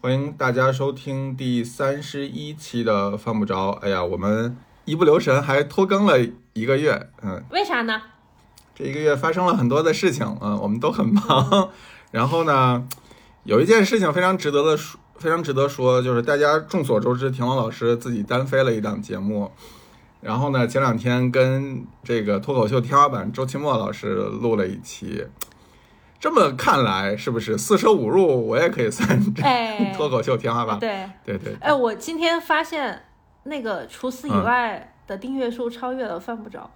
欢迎大家收听第三十一期的犯不着。哎呀，我们一不留神还拖更了一个月，嗯，为啥 呢？这一个月发生了很多的事情，嗯，我们都很忙。然后呢，有一件事情非常值得的说，非常值得说，就是大家众所周知，田龙老师自己单飞了一档节目。然后呢，前两天跟这个脱口秀天花板周奇墨老师录了一期。这么看来，是不是四舍五入我也可以算这哎脱口秀天花板？对，对对，哎，我今天发现那个除此以嗯外的订阅数超越了犯不着。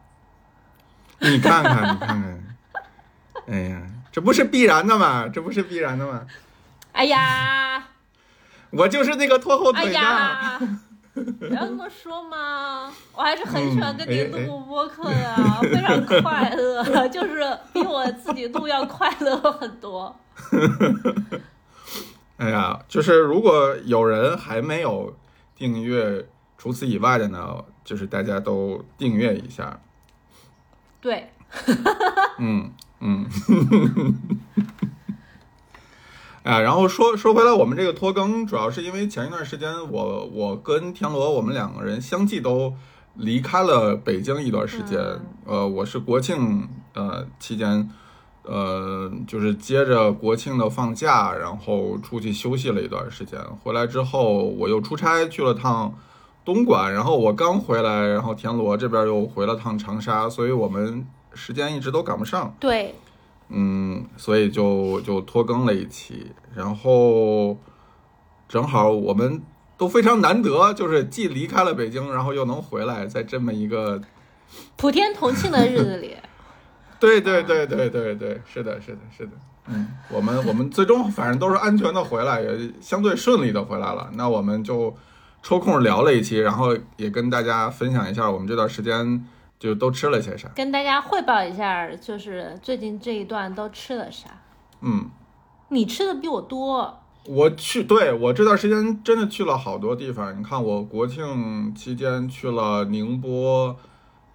你看看，你看看，哎呀，这不是必然的嘛，这不是必然的嘛，哎呀，我就是那个拖后哎腿的。呀， 不要这么说嘛！我还是很喜欢跟你嗯哎哎录播客的啊， 非常快乐， 就是比我自己录要快乐很多。哎呀，就是如果有人还没有订阅，除此以外的呢，就是大家都订阅一下。对，嗯嗯。哎呀，然后说说回来，我们这个拖更主要是因为前一段时间我我跟田螺我们两个人相继都离开了北京一段时间。嗯呃，我是国庆呃期间，呃就是接着国庆的放假，然后出去休息了一段时间。回来之后我又出差去了趟东莞，然后我刚回来，然后田螺这边又回了趟长沙，所以我们时间一直都赶不上。对，嗯，所以就就拖更了一期，然后正好我们都非常难得，就是既离开了北京，然后又能回来，在这么一个，普天同庆的日子 里，对对对对对对，是的，是的，是的，嗯，我们我们最终反正都是安全的回来，也相对顺利的回来了，那我们就抽空聊了一期，然后也跟大家分享一下我们这段时间就都吃了些啥，跟大家汇报一下，就是最近这一段都吃了啥。嗯。你吃的比我多，我去，对我这段时间真的去了好多地方。你看，我国庆期间去了宁波、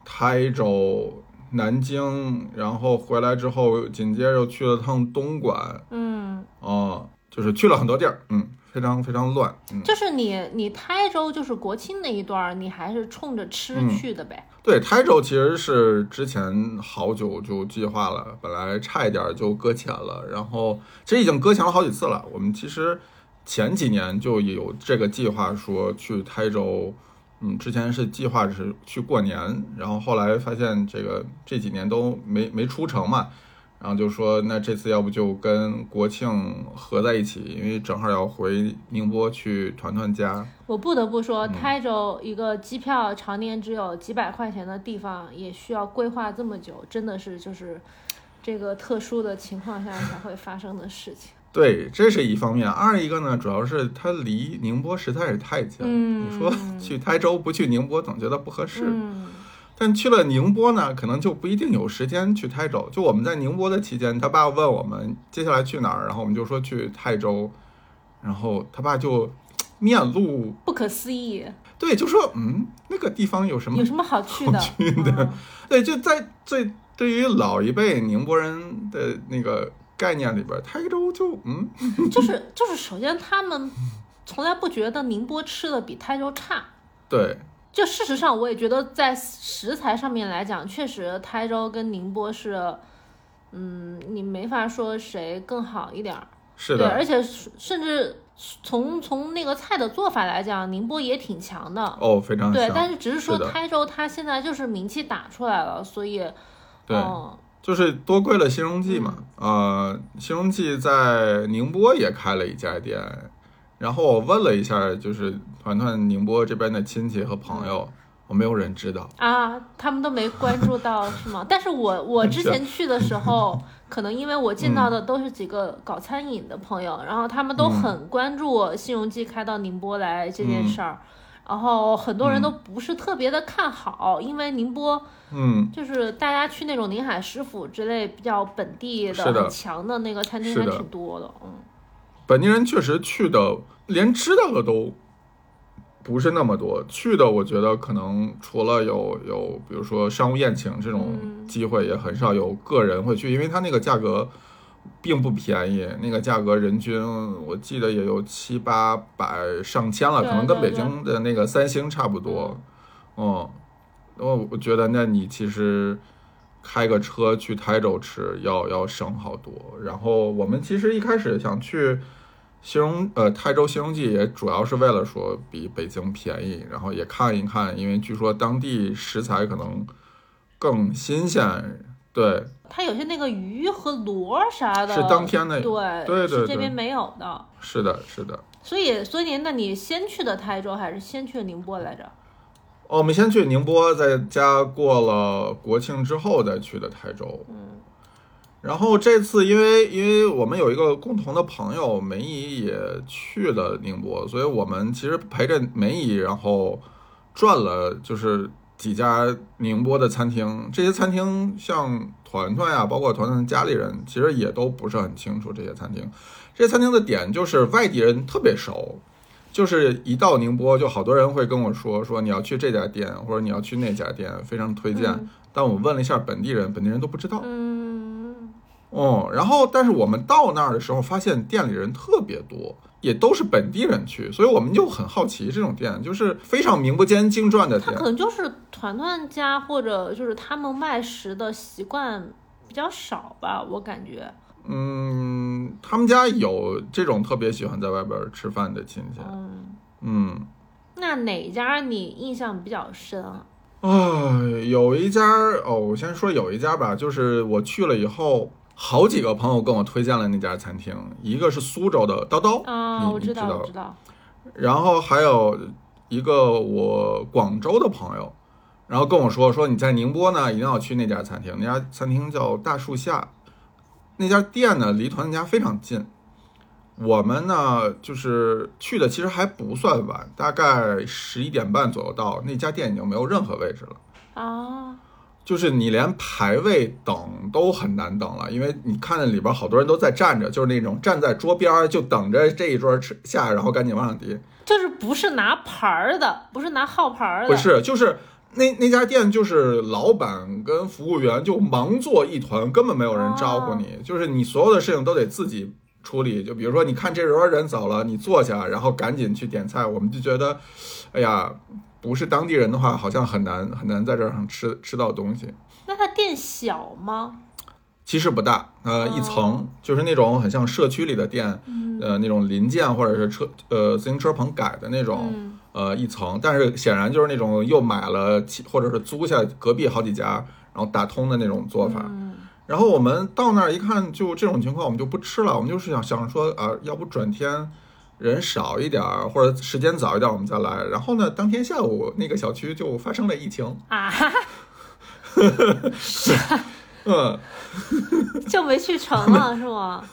台州、南京，然后回来之后，紧接着又去了趟东莞，嗯，哦、就是去了很多地儿，嗯，非常非常乱，嗯，就是你你台州就是国庆那一段儿，你还是冲着吃嗯去的呗。对，台州其实是之前好久就计划了，本来差一点就搁浅了，然后其实已经搁浅了好几次了。我们其实前几年就有这个计划，说去台州，嗯，之前是计划是去过年，然后后来发现这个这几年都没没出成嘛，然后就说那这次要不就跟国庆合在一起，因为正好要回宁波去团团家。我不得不嗯说，台州一个机票常年只有几百块钱的地方，也需要规划这么久，真的是就是这个特殊的情况下才会发生的事情。对，这是一方面。二一个呢，主要是它离宁波实在是太近了。嗯你说去台州不去宁波，总觉得不合适。嗯，但去了宁波呢，可能就不一定有时间去台州。就我们在宁波的期间，他爸问我们接下来去哪儿，然后我们就说去泰州，然后他爸就面露不可思议，对，就说嗯，那个地方有什么有什么好去的？好去的嗯对，就在最对于老一辈宁波人的那个概念里边，台州就嗯就是就是，首先他们从来不觉得宁波吃的比台州差。对。就事实上，我也觉得在食材上面来讲，确实台州跟宁波是，嗯，你没法说谁更好一点儿。是对，的，而且是甚至从从那个菜的做法来讲，宁波也挺强的。哦，非常对，像但是只是说是的台州它现在就是名气打出来了，所以对嗯，就是多亏了新荣记嘛，呃，新荣记在宁波也开了一家店，然后我问了一下，就是团团宁波这边的亲戚和朋友，我没有人知道。啊，他们都没关注到是吗？但是我我之前去的时候，可能因为我见嗯到的都是几个搞餐饮的朋友，然后他们都很关注新荣记开到宁波来这嗯件事儿，然后很多人都不是特别的看好，因为宁波嗯，就是大家去那种宁海食府之类比较本地是的很强的那个餐厅是还的挺多的，嗯，本地人确实去的，连知道的都不是那么多。去的，我觉得可能除了有有，比如说商务宴请这种嗯机会，也很少有个人会去，因为它那个价格，并不便宜，那个价格人均我记得也有七八百上千了，对可能跟对北京的那个三星差不多。嗯，我我觉得那你其实开个车去台州吃要要省好多。然后我们其实一开始想去西荣呃台州西荣记，也主要是为了说比北京便宜，然后也看一看，因为据说当地食材可能更新鲜。对，它有些那个鱼和螺啥的，是当天的对，对对是这对边没有的。是的，是的。所以，所以您那你先去的台州还是先去的宁波来着？哦，我们先去宁波，在家过了国庆之后再去的台州。嗯，然后这次因为因为我们有一个共同的朋友梅姨也去了宁波，所以我们其实陪着梅姨，然后转了就是几家宁波的餐厅。这些餐厅像团团呀、包括团团家里人，其实也都不是很清楚这些餐厅。这些餐厅的点就是外地人特别熟。就是一到宁波，就好多人会跟我说说你要去这家店，或者你要去那家店，非常推荐。嗯但我问了一下本地人，本地人都不知道。嗯，哦，然后但是我们到那儿的时候，发现店里人特别多，也都是本地人去，所以我们就很好奇这种店，就是非常名不见经传的他店可。能就是团团家或者就是他们卖食的习惯比较少吧，我感觉。嗯，他们家有这种特别喜欢在外边吃饭的亲戚。嗯，嗯那哪一家你印象比较深啊？啊，有一家哦，我先说有一家吧，就是我去了以后，好几个朋友跟我推荐了那家餐厅，一个是苏州的刀刀，啊，你我你知知道，道我知道。然后还有一个我广州的朋友，然后跟我说说你在宁波呢，一定要去那家餐厅，那家餐厅叫大树下，那家店呢离团家非常近。我们呢就是去的其实还不算晚，大概十一点半左右到，那家店已经没有任何位置了。啊，就是你连排位等都很难等了，因为你看见里边好多人都在站着，就是那种站在桌边儿就等着这一桌吃下，然后赶紧往上提。就是不是拿牌儿的，不是拿号牌儿的，不是，就是那那家店，就是老板跟服务员就忙作一团，根本没有人招哦呼你，就是你所有的事情都得自己处理。就比如说，你看这桌人走了，你坐下，然后赶紧去点菜。我们就觉得，哎呀，不是当地人的话，好像很难很难在这儿上吃吃到东西。那它店小吗？其实不大，呃，一层就是那种很像社区里的店，哦嗯呃，那种临建或者是车呃自行车棚改的那种，嗯呃一层，但是显然就是那种又买了其或者是租下隔壁好几家，然后打通的那种做法。嗯然后我们到那儿一看，就这种情况，我们就不吃了，我们就是想想说啊，要不转天人少一点儿，或者时间早一点儿我们再来。然后呢，当天下午那个小区就发生了疫情，啊， 嗯， 就没去成了是吗？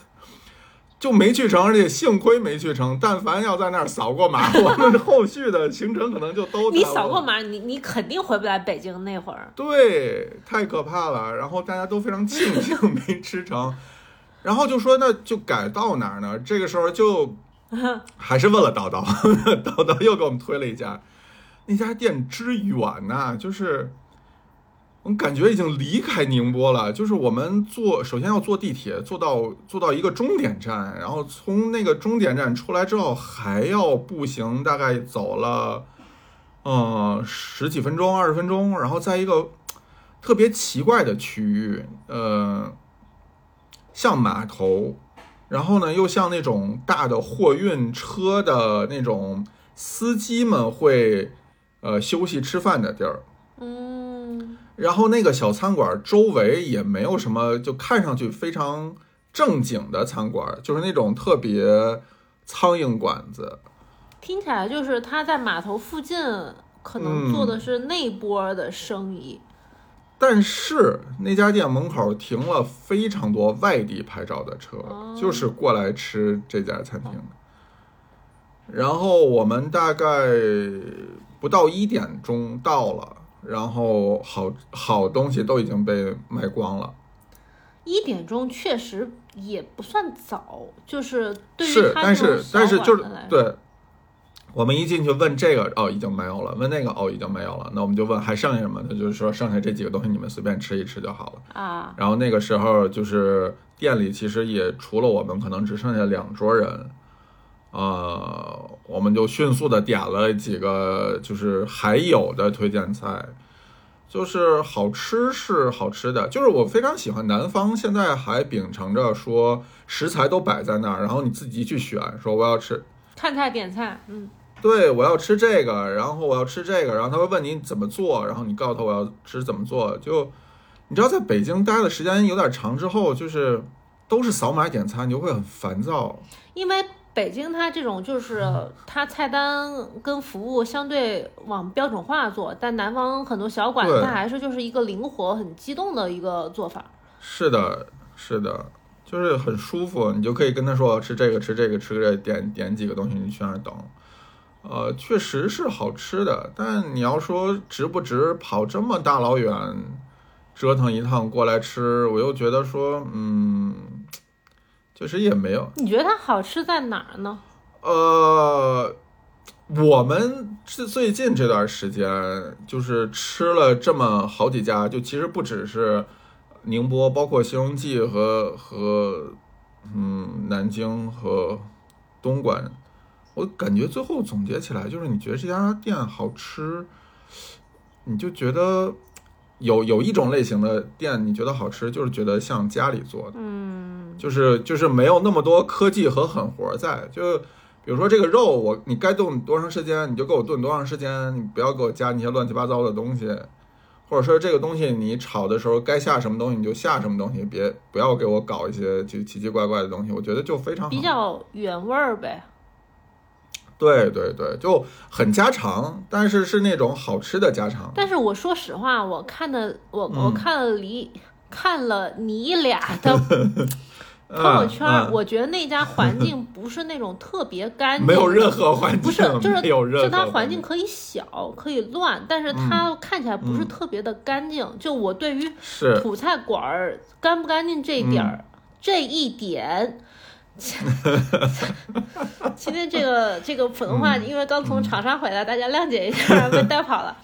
就没去成，而且幸亏没去成。但凡要在那儿扫过码， 我们后续的行程可能就都你耽误扫过了。码，你你肯定回不来北京那会儿。对，太可怕了。然后大家都非常庆幸没吃成， 然后就说那就改到哪儿呢？这个时候就还是问了叨叨， 叨叨又给我们推了一家，那家店之远呐、就是我们感觉已经离开宁波了。就是我们坐，首先要坐地铁，坐到坐到一个终点站，然后从那个终点站出来之后，还要步行，大概走了呃十几分钟、二十分钟，然后在一个特别奇怪的区域，呃，像码头，然后呢又像那种大的货运车的那种司机们会呃休息吃饭的地儿。嗯，然后那个小餐馆周围也没有什么，就看上去非常正经的餐馆，就是那种特别苍蝇馆子。听起来就是他在码头附近可能嗯做的是那波的生意。但是那家店门口停了非常多外地牌照的车，哦就是过来吃这家餐厅的。然后我们大概不到一点钟到了，然后好好东西都已经被卖光了。一点钟确实也不算早，就是对于是，他但这种是小但是就是馆子来说，对，我们一进去问这个哦已经没有了，问那个哦已经没有了，那我们就问还剩下什么？他就是说剩下这几个东西你们随便吃一吃就好了。啊，然后那个时候就是店里其实也除了我们，可能只剩下两桌人。呃，我们就迅速的点了几个，就是还有的推荐菜，就是好吃是好吃的，就是我非常喜欢南方现在还秉承着说食材都摆在那儿，然后你自己去选，说我要吃，看菜点菜，嗯，对我要吃这个，然后我要吃这个，然后他会问你怎么做，然后你告诉他我要吃怎么做，就你知道在北京待的时间有点长之后，就是都是扫码点餐，你就会很烦躁，因为。北京它这 种就是它菜单跟服务相对往标准化做，但南方很多小馆对它还是就是一个灵活、很机动的一个做法。是的，是的，就是很舒服，你就可以跟他说我要吃这个，吃这个，吃这个，点点几个东西，你去那儿等。呃，确实是好吃的，但你要说值不值跑这么大老远折腾一趟过来吃，我又觉得说，嗯，就是也没有。你觉得它好吃在哪儿呢？呃，我们是最近这段时间，就是吃了这么好几家，就其实不只是宁波，包括西荣记和和嗯南京和东莞，我感觉最后总结起来就是，你觉得这家店好吃，你就觉得有有一种类型的店，你觉得好吃，就是觉得像家里做的。嗯，就是就是没有那么多科技和狠活在。就比如说这个肉，我你该炖多长时间，你就给我炖多长时间，你不要给我加那些乱七八糟的东西。或者说这个东西你炒的时候该下什么东西你就下什么东西，别不要给我搞一些就奇奇怪怪的东西。我觉得就非常好比较原味儿呗。对对对，就很家常，但是是那种好吃的家常。但是我说实话，我看的我我嗯看了你看了你俩 的朋友嗯圈，嗯我觉得那家环境不是那种特别干净，没有任何环境， 不是，就是没有任何嗯就它环环境可以小，可以乱，但是它看起来不是特别的干净。就我对于是嗯土菜馆儿干不干净这一点儿，这一点。 今天这个这个普通话，嗯因为刚从长沙回来，大家谅解一下，被带跑了。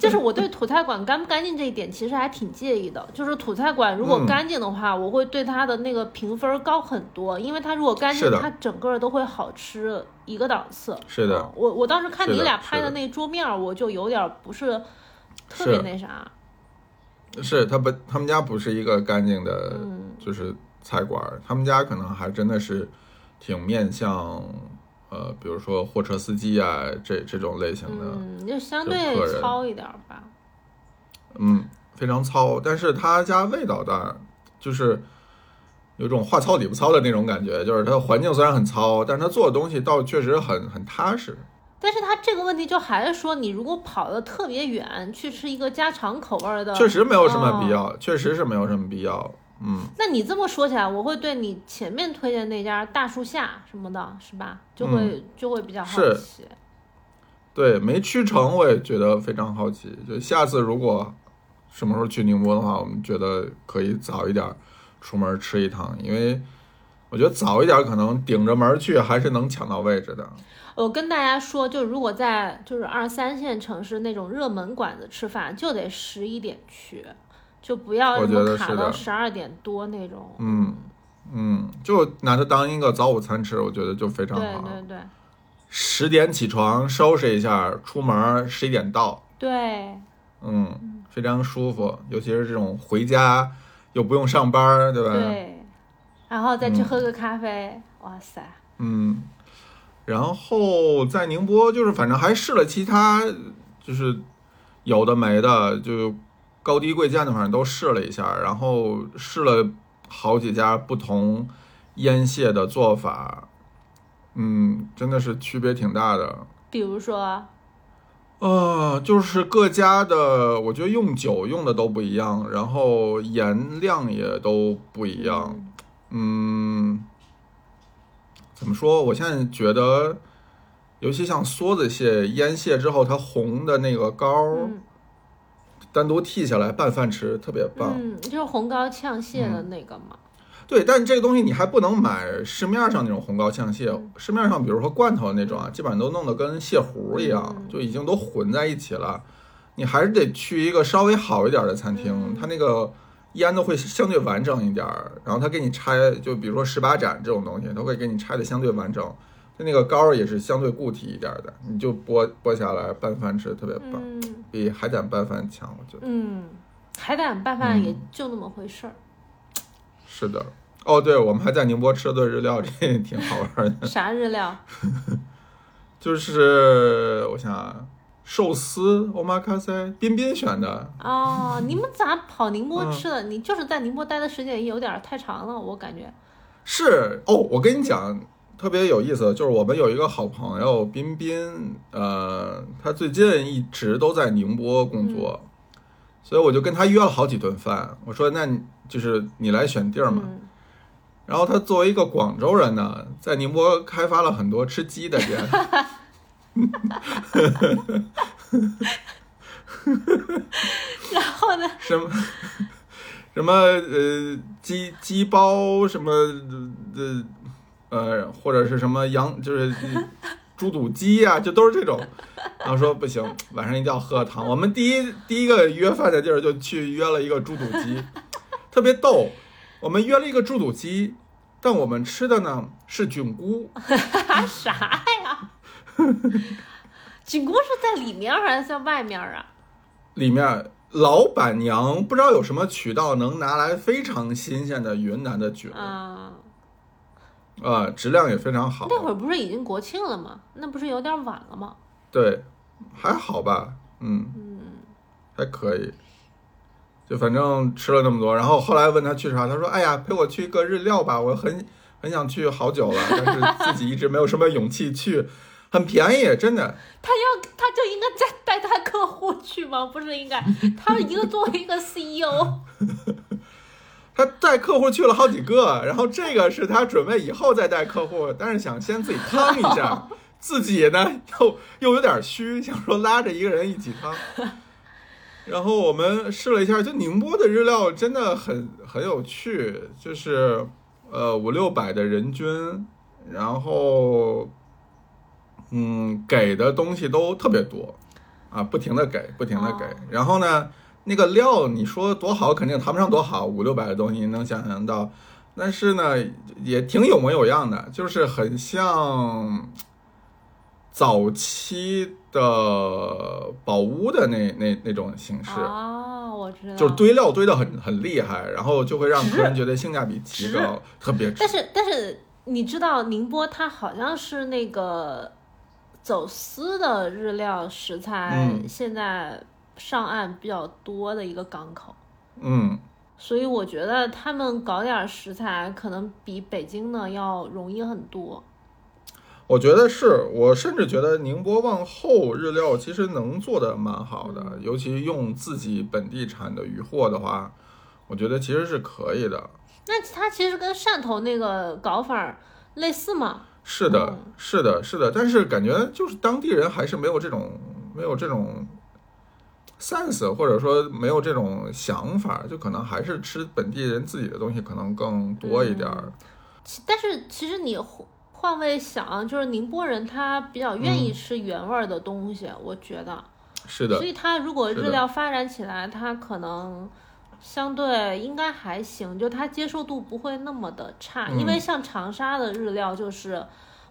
就是我对土菜馆干不干净这一点，其实还挺介意的。就是土菜馆如果嗯干净的话，我会对它的那个评分高很多，因为它如果干净是，的它整个都会好吃一个档次。是的嗯，我我当时看是你的俩是拍的的那桌面儿，我就有点儿不是特别那啥。是他不，他们家不是一个干净的，嗯就是菜馆儿，他们家可能还真的是挺面向，呃，比如说货车司机啊这这种类型的，嗯，就相就对个人糙一点儿吧。嗯，非常糙，但是他家味道大，就是有种话糙理不糙的那种感觉，就是它环境虽然很糙，但是他做的东西倒确实很很踏实，但是它这个问题就还是说，你如果跑的特别远去吃一个家常口味儿的，确实没有什么必哦要，确实是没有什么必要，嗯，那你这么说起来，我会对你前面推荐那家大树下什么的，是吧？就会、就会比较好嗯是奇。对，没去成，我也觉得非常好奇。就下次如果什么时候去宁波的话，我们觉得可以早一点出门吃一趟，因为我觉得早一点可能顶着门儿去还是能抢到位置的。我跟大家说，就如果在就是二三线城市那种热门馆子吃饭，就得十一点去，就不要我什觉么得卡是的到十二点多那种。嗯嗯，就拿它当一个早午餐吃，我觉得就非对常好。对对十点起床，收拾一下，出门十一点到，对，嗯，非常舒服。尤其是这种回家又不用上班儿，对吧？对，然后再去嗯喝个咖啡，哇塞，嗯，然后在宁波就是反正还试了其他，就是有的没的，就高低贵贱的，反正都试了一下，然后试了好几家不同腌蟹的做法，嗯，真的是区别挺大的。比如说，呃，就是各家的，我觉得用酒用的都不一样，然后盐量也都不一样。嗯嗯，怎么说？我现在觉得，尤其像梭子蟹、腌蟹之后，它红的那个膏儿，嗯单独剔下来拌饭吃，特别棒。嗯嗯，就是红膏呛蟹的那个嘛，对，但是这个东西你还不能买市面上那种红膏呛蟹，嗯市面上比如说罐头那种啊，基本上都弄得跟蟹糊一样，嗯就已经都混在一起了。你还是得去一个稍微好一点的餐厅，嗯它那个易安的会相对完整一点儿，然后他给你拆，就比如说十八盏这种东西，他会给你拆的相对完整。它那个膏儿也是相对固体一点儿的，你就剥剥下来拌饭吃，特别棒，嗯比海胆拌饭强，我觉得嗯，海胆拌饭也嗯就那么回事儿，是的。哦，对，我们还在宁波吃了顿日料，这也挺好玩儿的，啥 日料？就是我想啊寿司 omakase，彬彬选的，哦，你们咋跑宁波嗯吃的？你就是在宁波待的时间也有点儿太长了，我感觉。是哦，我跟你讲，特别有意思，就是我们有一个好朋友彬彬，呃，他最近一直都在宁波工作，所以我就跟他约了好几顿饭。我说，那你就是你来选地儿嘛。嗯，然后他作为一个广州人呢，在宁波开发了很多吃鸡的店。然后呢？什么 什么呃鸡鸡包什么呃呃或者是什么羊就是呃猪肚鸡呀、就都是这种。然后说不行，晚上一定要喝汤。我们第一第一个约饭的地儿就去约了一个猪肚鸡，特别逗。我们约了一个猪肚鸡，但我们吃的呢是菌菇，啊啥呀？菌菇是在里面还是在外面啊？里面老板娘不知道有什么渠道能拿来非常新鲜的云南的菌，啊、啊，质量也非常好。那会儿不是已经国庆了吗？那不是有点晚了吗？对，还好吧，嗯，还可以。就反正吃了那么多，然后后来问他去啥，他说：“哎呀，陪我去一个日料吧，我很很想去好久了，但是自己一直没有什么勇气去，很便宜，真的。他要他就应该再带他客户去吗？不是应 该，他一个作为一个 E CEO，他带客户去了好几个，然后这个是他准备以后再带客户，但是想先自己趟一下，自己呢又 又有点虚，想说拉着一个人一起趟。然后我们试了一下，就宁波的日料真的很很有趣，就是呃五六百的人均，然后嗯给的东西都特别多啊，不停的给，不停的给。哦然后呢，那个料你说多好，肯定谈不上多好，五六百的东西你能想象到，但是呢也挺有模有样的，就是很像早期的宝屋的那那那种形式。啊，我知道，就是堆料堆的很很厉害，然后就会让值客人觉得性价比极值高，特别值但。 是但是你知道宁波它好像是那个走私的日料食材，嗯现在上岸比较多的一个港口，嗯，所以我觉得他们搞点儿食材可能比北京呢要容易很多。我觉得是我甚至觉得宁波往后日料其实能做的蛮好嗯的，尤其用自己本地产的鱼货的话，我觉得其实是可以的。那它其实跟汕头那个搞法儿类似嘛？是的嗯，是的，是的，但是感觉就是当地人还是没有这种没有这种 sense，或者说没有这种想法，就可能还是吃本地人自己的东西可能更多一点嗯儿。其但是其实你换换位想，就是宁波人他比较愿意吃原味儿的东西，我觉得。嗯是的所，以它如果是日的料发展起来，它可能相对应该还行，就它接受度不会那么的差。因为嗯像长沙的日料，就是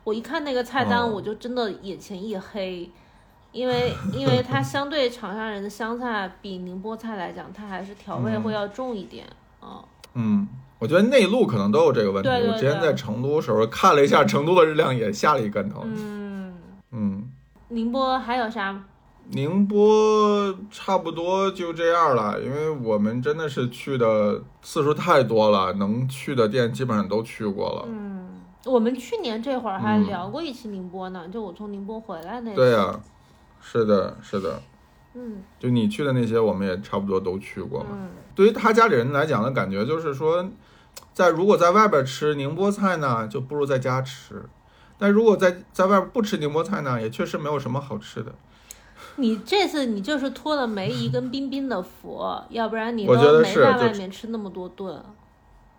我一看那个菜单，哦我就真的眼前一黑，因为因为它相对长沙人的湘菜比宁波菜来讲，它还是调味会嗯要重一点。嗯，嗯，我觉得内陆可能都有这个问题。对对我之前对在成都的时候看了一下成都的日料，也吓了一跟头。嗯宁波还有啥？宁波差不多就这样了，因为我们真的是去的次数太多了，能去的店基本上都去过了。我们去年这会儿还嗯聊过一期宁波呢，就我从宁波回来那对次。呀、是的，是的，嗯就你去的那些，我们也差不多都去过嘛。嗯，对于他家里人来讲的感觉就是说，在如果在外边吃宁波菜呢，就不如在家吃；但如果在在外边不吃宁波菜呢，也确实没有什么好吃的。你这次你就是托了梅姨跟冰冰的福，要不然你我觉都得没是在就外面吃那么多顿。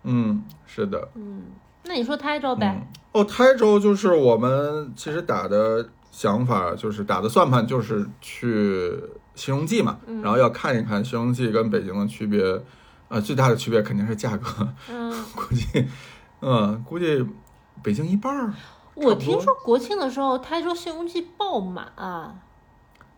嗯，是的。嗯，那你说台州呗，嗯，哦，台州就是我们其实打的想法，就是打的算盘嗯就是去西荣记嘛，然后要看一看西荣记跟北京的区别。呃，最大的区别肯定是价格，嗯，估计， 嗯，估计北京一半儿。我听说国庆的时候台州信用记爆满、啊。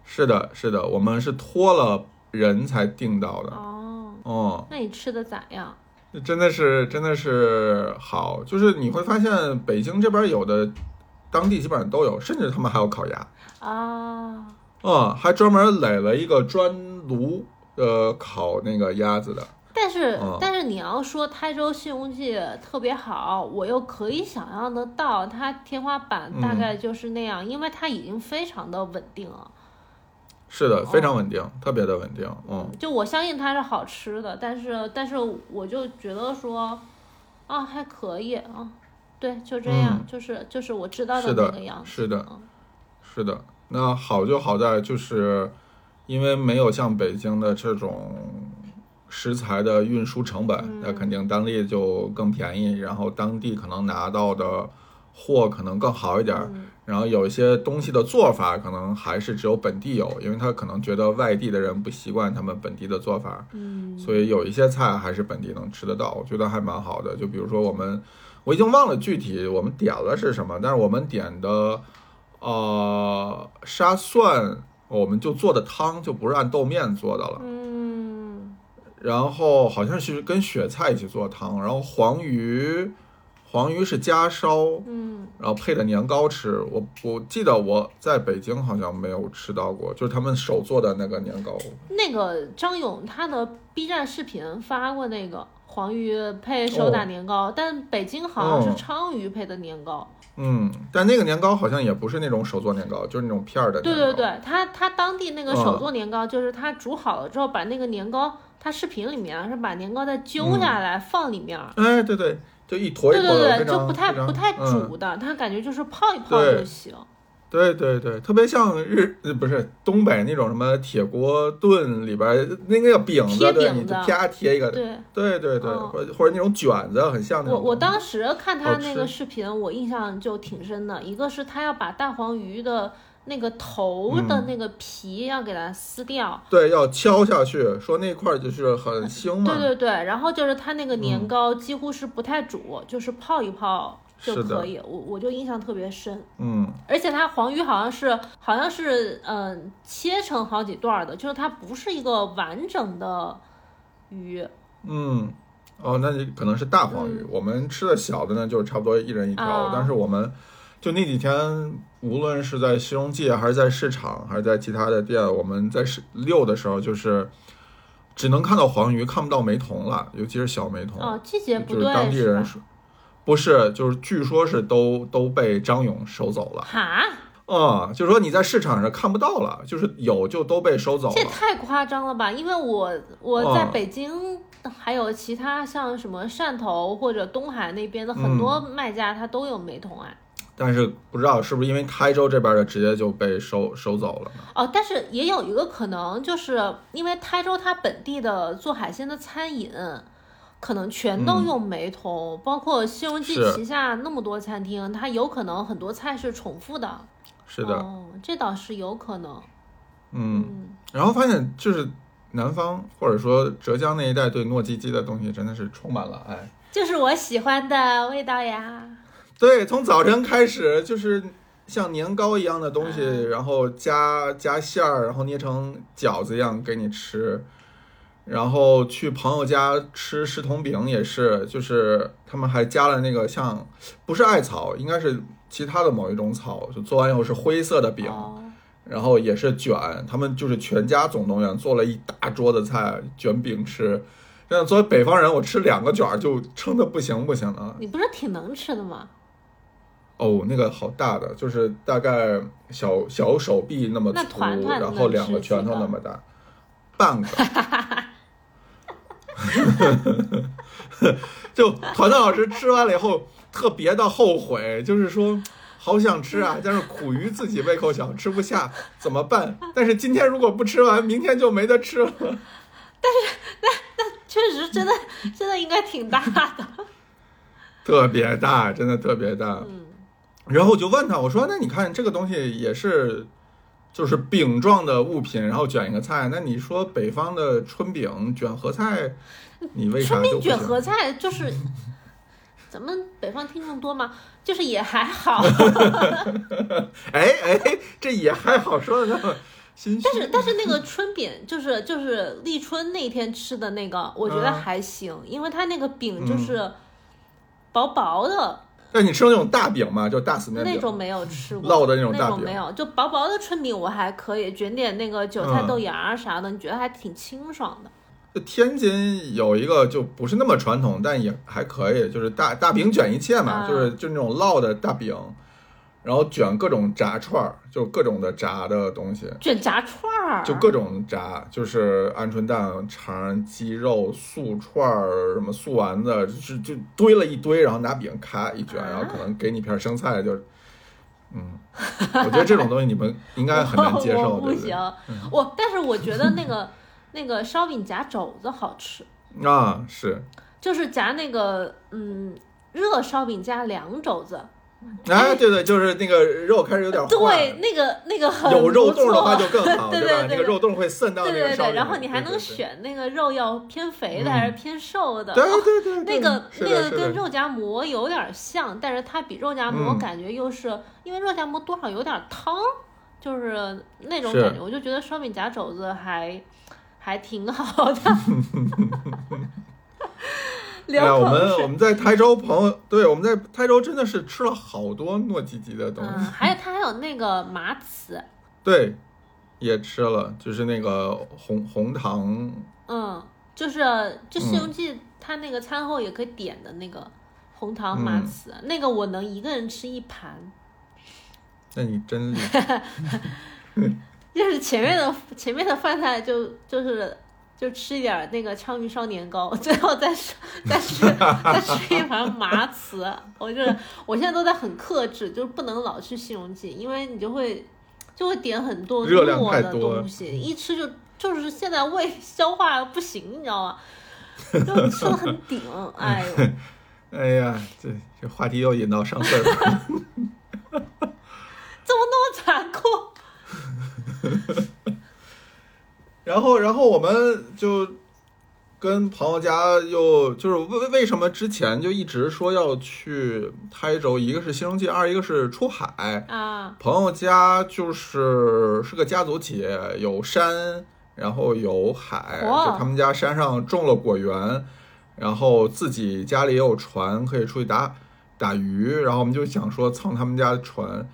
是的，是的，我们是托了人才订到的。哦，哦，那你吃的咋样？真的是，真的是好，就是你会发现北京这边有的，当地基本上都有，甚至他们还有烤鸭。啊，嗯，还专门垒了一个专炉，呃，烤那个鸭子的。但是、嗯但是你要说台州信用记特别好，我又可以想象得到，它天花板大嗯概就是那样，因为它已经非常的稳定了。是的，哦非常稳定，特别的稳定。嗯，就我相信它是好吃的，但是但是我就觉得说，啊还可以啊，对，就这样，嗯就是就是我知道是的那个样子。是的嗯，是的。那好就好在就是，因为没有像北京的这种食材的运输成本嗯，那肯定当地就更便宜，然后当地可能拿到的货可能更好一点。嗯然后有一些东西的做法可能还是只有本地有，因为他可能觉得外地的人不习惯他们本地的做法，嗯所以有一些菜还是本地能吃得到，我觉得还蛮好的。就比如说我们，我已经忘了具体我们点了是什么，但是我们点的，呃，沙蒜，我们就做的汤就不是按豆面做的了，嗯然后好像是跟雪菜一起做汤，然后黄鱼，黄鱼是夹烧，嗯然后配的年糕吃，我我记得我在北京好像没有吃到过，就是他们手做的那个年糕，那个张勇他的 B 站视频发过那个黄鱼配手打年糕，但北京好像哦是鲳鱼配的年糕。嗯，但那个年糕好像也不是那种手做年糕，就是那种片儿的对呃年糕。对对，他他当地那个嗯手做年糕，就是他煮好了之后，把那个年糕，他视频里面是把年糕再嗯揪下来放里面。对，哎，对对，就一坨一对坨的，对非对，就常不太非常不太嗯煮的，他感觉就是泡一泡对就行。对对对，特别像日呃不是东北那种什么铁锅炖里边儿那个饼贴子，饼对，子你就啪贴一个，对对对对，嗯或者或者那种卷子，很像那我种。我当时看他好那吃个视频，我印象就挺深的。一个是他要把大黄鱼的那个头嗯的那个皮要给它撕掉，对要敲下去，说那块儿就是很腥嘛。哎对对对，然后就是他那个嗯年糕几乎是不太煮，就是泡一泡就是的可以。我我就印象特别深，嗯，而且它黄鱼好像是好像是嗯、呃切成好几段儿的，就是它不是一个完整的鱼嗯，哦，那你可能是大黄鱼。我们吃的小的呢，就是差不多一人一条。嗯啊但是我们就那几天，无论是在西荣记，还是在市场，还是在其他的店，我们在市遛的时候，就是只能看到黄鱼，看不到梅童了，尤其是小梅童。哦，季节不就是对当地是人吧？说，不是，就是据说是都都被张勇收走了。哈，嗯，就是说你在市场上看不到了，就是有就都被收走这也了。太夸张了吧！因为我我在嗯北京，还有其他像什么汕头或者东海那边的很嗯多卖家，他都有梅童啊。但是不知道是不是因为台州这边的直接就被收收走了呢？哦，但是也有一个可能，就是因为台州它本地的做海鲜的餐饮，可能全都嗯用梅童，包括西荣记是旗下那么多餐厅，它有可能很多菜是重复的。是的，哦，这倒是有可能。嗯，嗯，然后发现就是南方或者说浙江那一带对糯叽叽的东西真的是充满了爱。就是我喜欢的味道呀。对，从早晨开始就是像年糕一样的东西，嗯然后加加馅儿，然后捏成饺子一样给你吃。然后去朋友家吃石头饼也是，就是他们还加了那个像不是艾草，应该是其他的某一种草，就做完以后是灰色的饼，哦然后也是卷，他们就是全家总动员做了一大桌子菜卷饼吃。但作为北方人，我吃两个卷儿就撑得不行不行了。你不是挺能吃的吗？哦，那个好大的，就是大概小小手臂那么粗，那团团然能后两吃个几拳头个那么大，半个。 就团团老师吃完了以后，特别的后悔，就是说好想吃啊，但是苦于自己胃口小，吃不下，怎么办？但是今天如果不吃完，明天就没得吃了。确实，真的嗯 真的应该挺大的。 特别大，真的特别大。嗯然后我就问他，我说：“那你看这个东西也是就是饼状的物品，然后卷一个菜。那你说北方的春饼卷合菜，你 为啥春就饼不卷行合菜 就是，咱们北方听众多吗？就是也 还好，哎哎，这也还好说的那么心虚。但是但是那个春饼就是就是立春那天吃的那个，我觉得嗯还行，因为它那个饼就嗯是薄薄的，但哎你吃的那种大饼嘛，就大死面饼那种没有吃过。烙的那种那大种没饼，有，就薄薄的春饼我还可以，卷点那个韭菜嗯豆芽儿啥的，你觉得还挺清爽的。就天津有一个就不是那么传统，但也还可以，就是大大饼卷一切嘛，啊就是就那种烙的大饼，然后卷各种炸串儿，就各种的炸的东西，卷炸串儿，就各种炸，就是鹌鹑蛋、肠、鸡肉、素串儿，什么素丸子，就是就堆了一堆，然后拿饼咔一卷，啊然后可能给你片生菜，就，嗯，我觉得这种东西你们应该很难接 我受，不对不嗯行对？，我但是我觉得那个 那个烧饼夹肘子好吃，啊，是，就是夹那个嗯热烧饼夹凉肘子，哎，对对，就是那个肉开始有点化，对，那个那个很有肉不错冻的话就更 好，对吧？对对那个肉冻会渗到对那个对烧饼对，里，然后你还对能，选那个肉要偏肥的嗯还是偏瘦的，对哦对对 对对，那个是那的个是跟的，肉夹馍有点像，但是它比肉夹馍嗯感觉又是、因为肉夹馍多少有点汤，就是那种是感觉。我就觉得烧饼夹肘子还还挺好的。哎流呀，我口们水。我们在台州朋友，对，我们在台州真的是吃了好多糯叽叽的东嗯，西，还有它还有那个麻糍， 对，也吃了，就是那个红红糖，嗯，就是就嗯《西游记》它那个餐后也可以点的那个红糖麻嗯糍，那个我能一个人吃一盘。那你真厉害。 就是前面的前面的饭菜就就是就吃一点儿那个枪鱼烧年糕， 最后再吃 再吃再吃一盘麻糍。我就是我现在都在很克制，就是不能老吃西荣记，因为你就会就会点很多热量糯太的多东西，一吃就就是现在胃消化不行，你知道吗？就吃的很 顶，哎呦，哎呀，这这话题又引到上岁数了。怎么那么残酷？然后，然后我们就跟朋友家又就是为为什么之前就一直说要去台州，一个是《西游记》，二一个是出海。啊，朋友家就是是个家族企业，有山，然后有海，哇就他们家山上种了果园，然后自己家里也有船，可以出去打打鱼，然后我们就想说蹭他们家的船，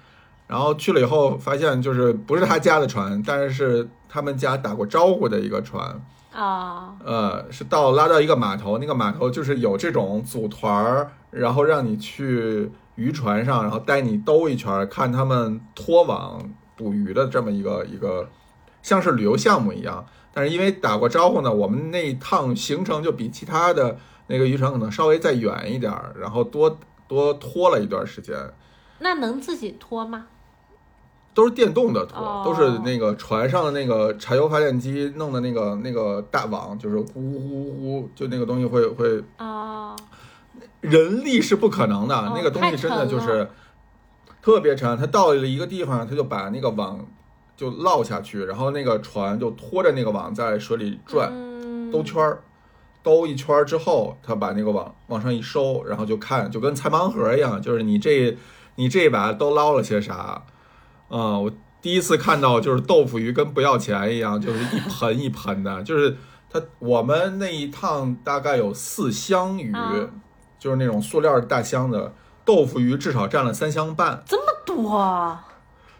然后去了以后发现就是不是他家的船，但是是他们家打过招呼的一个船，啊，呃，是到拉到一个码头，那个码头就是有这种组团儿，然后让你去渔船上，然后带你兜一圈儿，看他们拖网捕鱼的这么一个一个，像是旅游项目一样。但是因为打过招呼呢，我们那一趟行程就比其他的那个渔船可能稍微再远一点儿，然后多多拖了一段时间。那能自己脱吗？都是电动的拖，哦都是那个船上的那个柴油发电机弄的那个那个大网，就是呼呼呼呼，就那个东西会会，啊，人力是不可能的，哦那个东西真的就太沉是特别沉。它到了一个地方，它就把那个网就落下去，然后那个船就拖着那个网在水里转、嗯，兜圈儿，兜一圈儿之后，它把那个网往上一收，然后就看，就跟猜盲盒一样，就是你这你这一把都捞了些啥。啊、我第一次看到就是豆腐鱼跟不要钱一样，就是一盆一盆的，就是它我们那一趟大概有四箱鱼，啊就是那种塑料大箱的豆腐鱼，至少占了三箱半，这么多啊。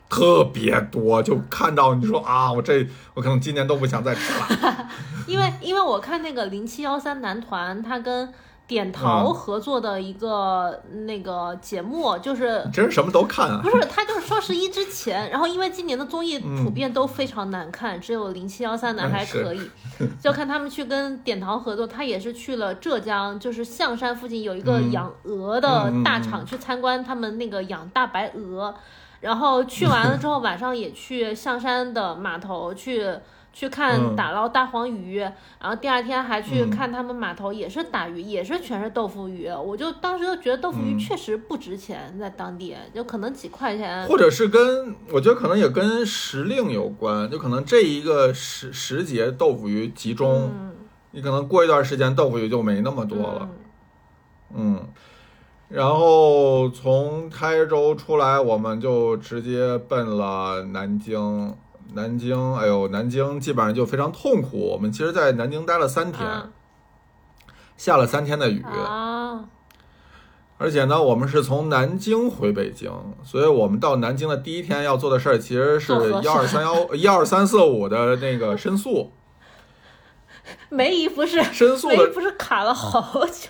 特别多，就看到你说啊，我这我可能今年都不想再吃了。因为因为我看那个零七幺三男团，他跟点淘嗯合作的一个那个节目，就是你真是什么都看啊不！是他就是双十一之前，然后因为今年的综艺嗯普遍都非常难看，只有零七幺三男嗯还是可以，就看他们去跟点淘合作，他也是去了浙江，就是象山附近有一个嗯养鹅的嗯嗯大嗯厂去参观他们那个养大白 鹅，然后去完了之后晚上也去象山的码头去。去看嗯打捞大黄鱼，然后第二天还去嗯看他们码头，也是打鱼，也是全是豆腐鱼。我就当时就觉得豆腐鱼嗯确实不值钱，在当地就可能几块钱。或者是跟我觉得可能也跟时令有关，就可能这一个时时节豆腐鱼集中，嗯，你可能过一段时间豆腐鱼就没那么多了，嗯嗯。然后从台州出来，我们就直接奔了南京。南京，哎呦，南京基本上就非常痛苦。我们其实，在南京待了三天，啊下了三天的雨。啊，而且呢，我们是从南京回北京，所以我们到南京的第一天要做的事儿，其实是做核一二三 幺一二三四五的那个申诉，梅姨不是 申诉梅姨的，不是卡了 好久，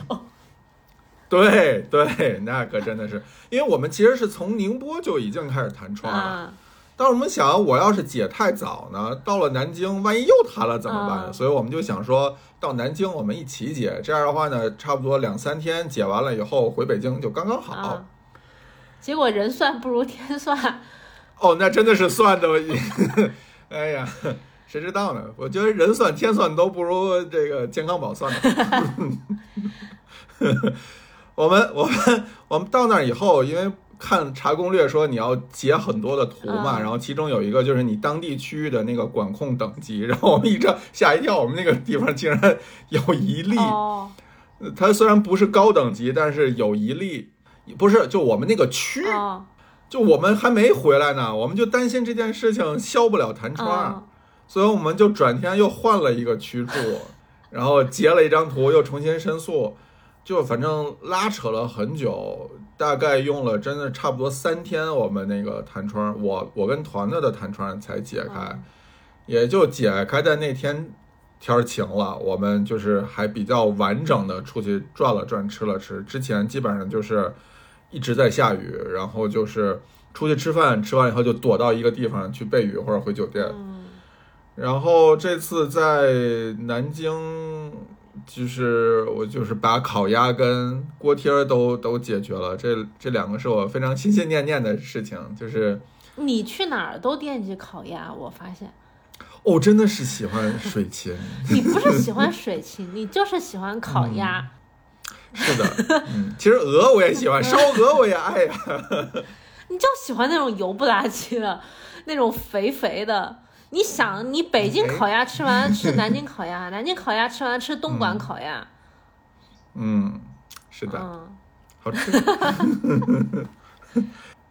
对对，那可真的是，因为我们其实是从宁波就已经开始弹窗了，啊，但我们想，我要是解太早呢，到了南京，万一又弹了怎么办？啊所以我们就想说到南京我们一起解，这样的话呢，差不多两三天解完了以后回北京就刚刚好。啊，结果人算不如天算， 哦，那真的是算的， 哎呀，谁知道呢？我觉得人算天算都不如这个健康宝算的。 我们我们我们到那儿以后，因为看查攻略说你要截很多的图嘛，嗯然后其中有一个就是你当地区域的那个管控等级，然后我们一张吓一跳，我们那个地方竟然有一例，哦，它虽然不是高等级，但是有一例，不是就我们那个区哦，就我们还没回来呢，我们就担心这件事情消不了弹窗，啊哦，所以我们就转天又换了一个区住，然后截了一张图，又重新申诉，就反正拉扯了很久，大概用了真的差不多三天，我们那个弹窗，我我跟团队的弹窗才解开，哦也就解开的那天天儿晴了，我们就是还比较完整的出去转了转，吃了吃。之前基本上就是一直在下雨，然后就是出去吃饭，吃完以后就躲到一个地方去避雨或者回酒店。嗯，然后这次在南京，就是我就是把烤鸭跟锅贴儿都都解决了，这这两个是我非常心心念念的事情，就是。你去哪儿都惦记烤鸭，我发现哦，真的是喜欢水芹，你不是喜 欢水芹，你就是喜欢烤鸭。是的，嗯，其实鹅我也喜欢，烧鹅我也爱呀。你就喜欢那种油不拉几的， 那种肥肥的。你想，你北京烤鸭吃完吃南京烤鸭， 南京烤鸭吃完吃东莞烤鸭，嗯，是的，嗯， 好吃。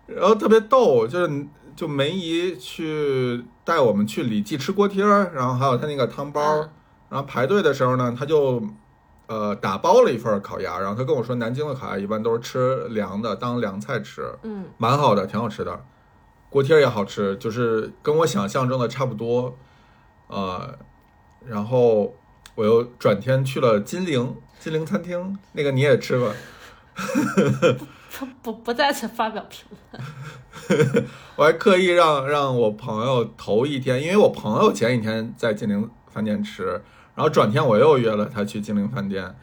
然后特别逗，就是就梅姨去带我们去李记吃锅贴儿，然后还有她那个汤包儿。然后排队的时候呢，她就呃打包了一份烤鸭，然后她跟我说，南京的烤鸭一般都是吃凉的，当凉菜吃。嗯，蛮好的，挺好吃的，锅贴儿也好吃，就是跟我想象中的差不多，呃，然后我又转天去了金陵金陵餐厅，那个你也吃过，不不不在此发表评论。我还刻意让让我朋友头一天，因为我朋友前一天在金陵饭店吃，然后转天我又约了他去金陵饭店，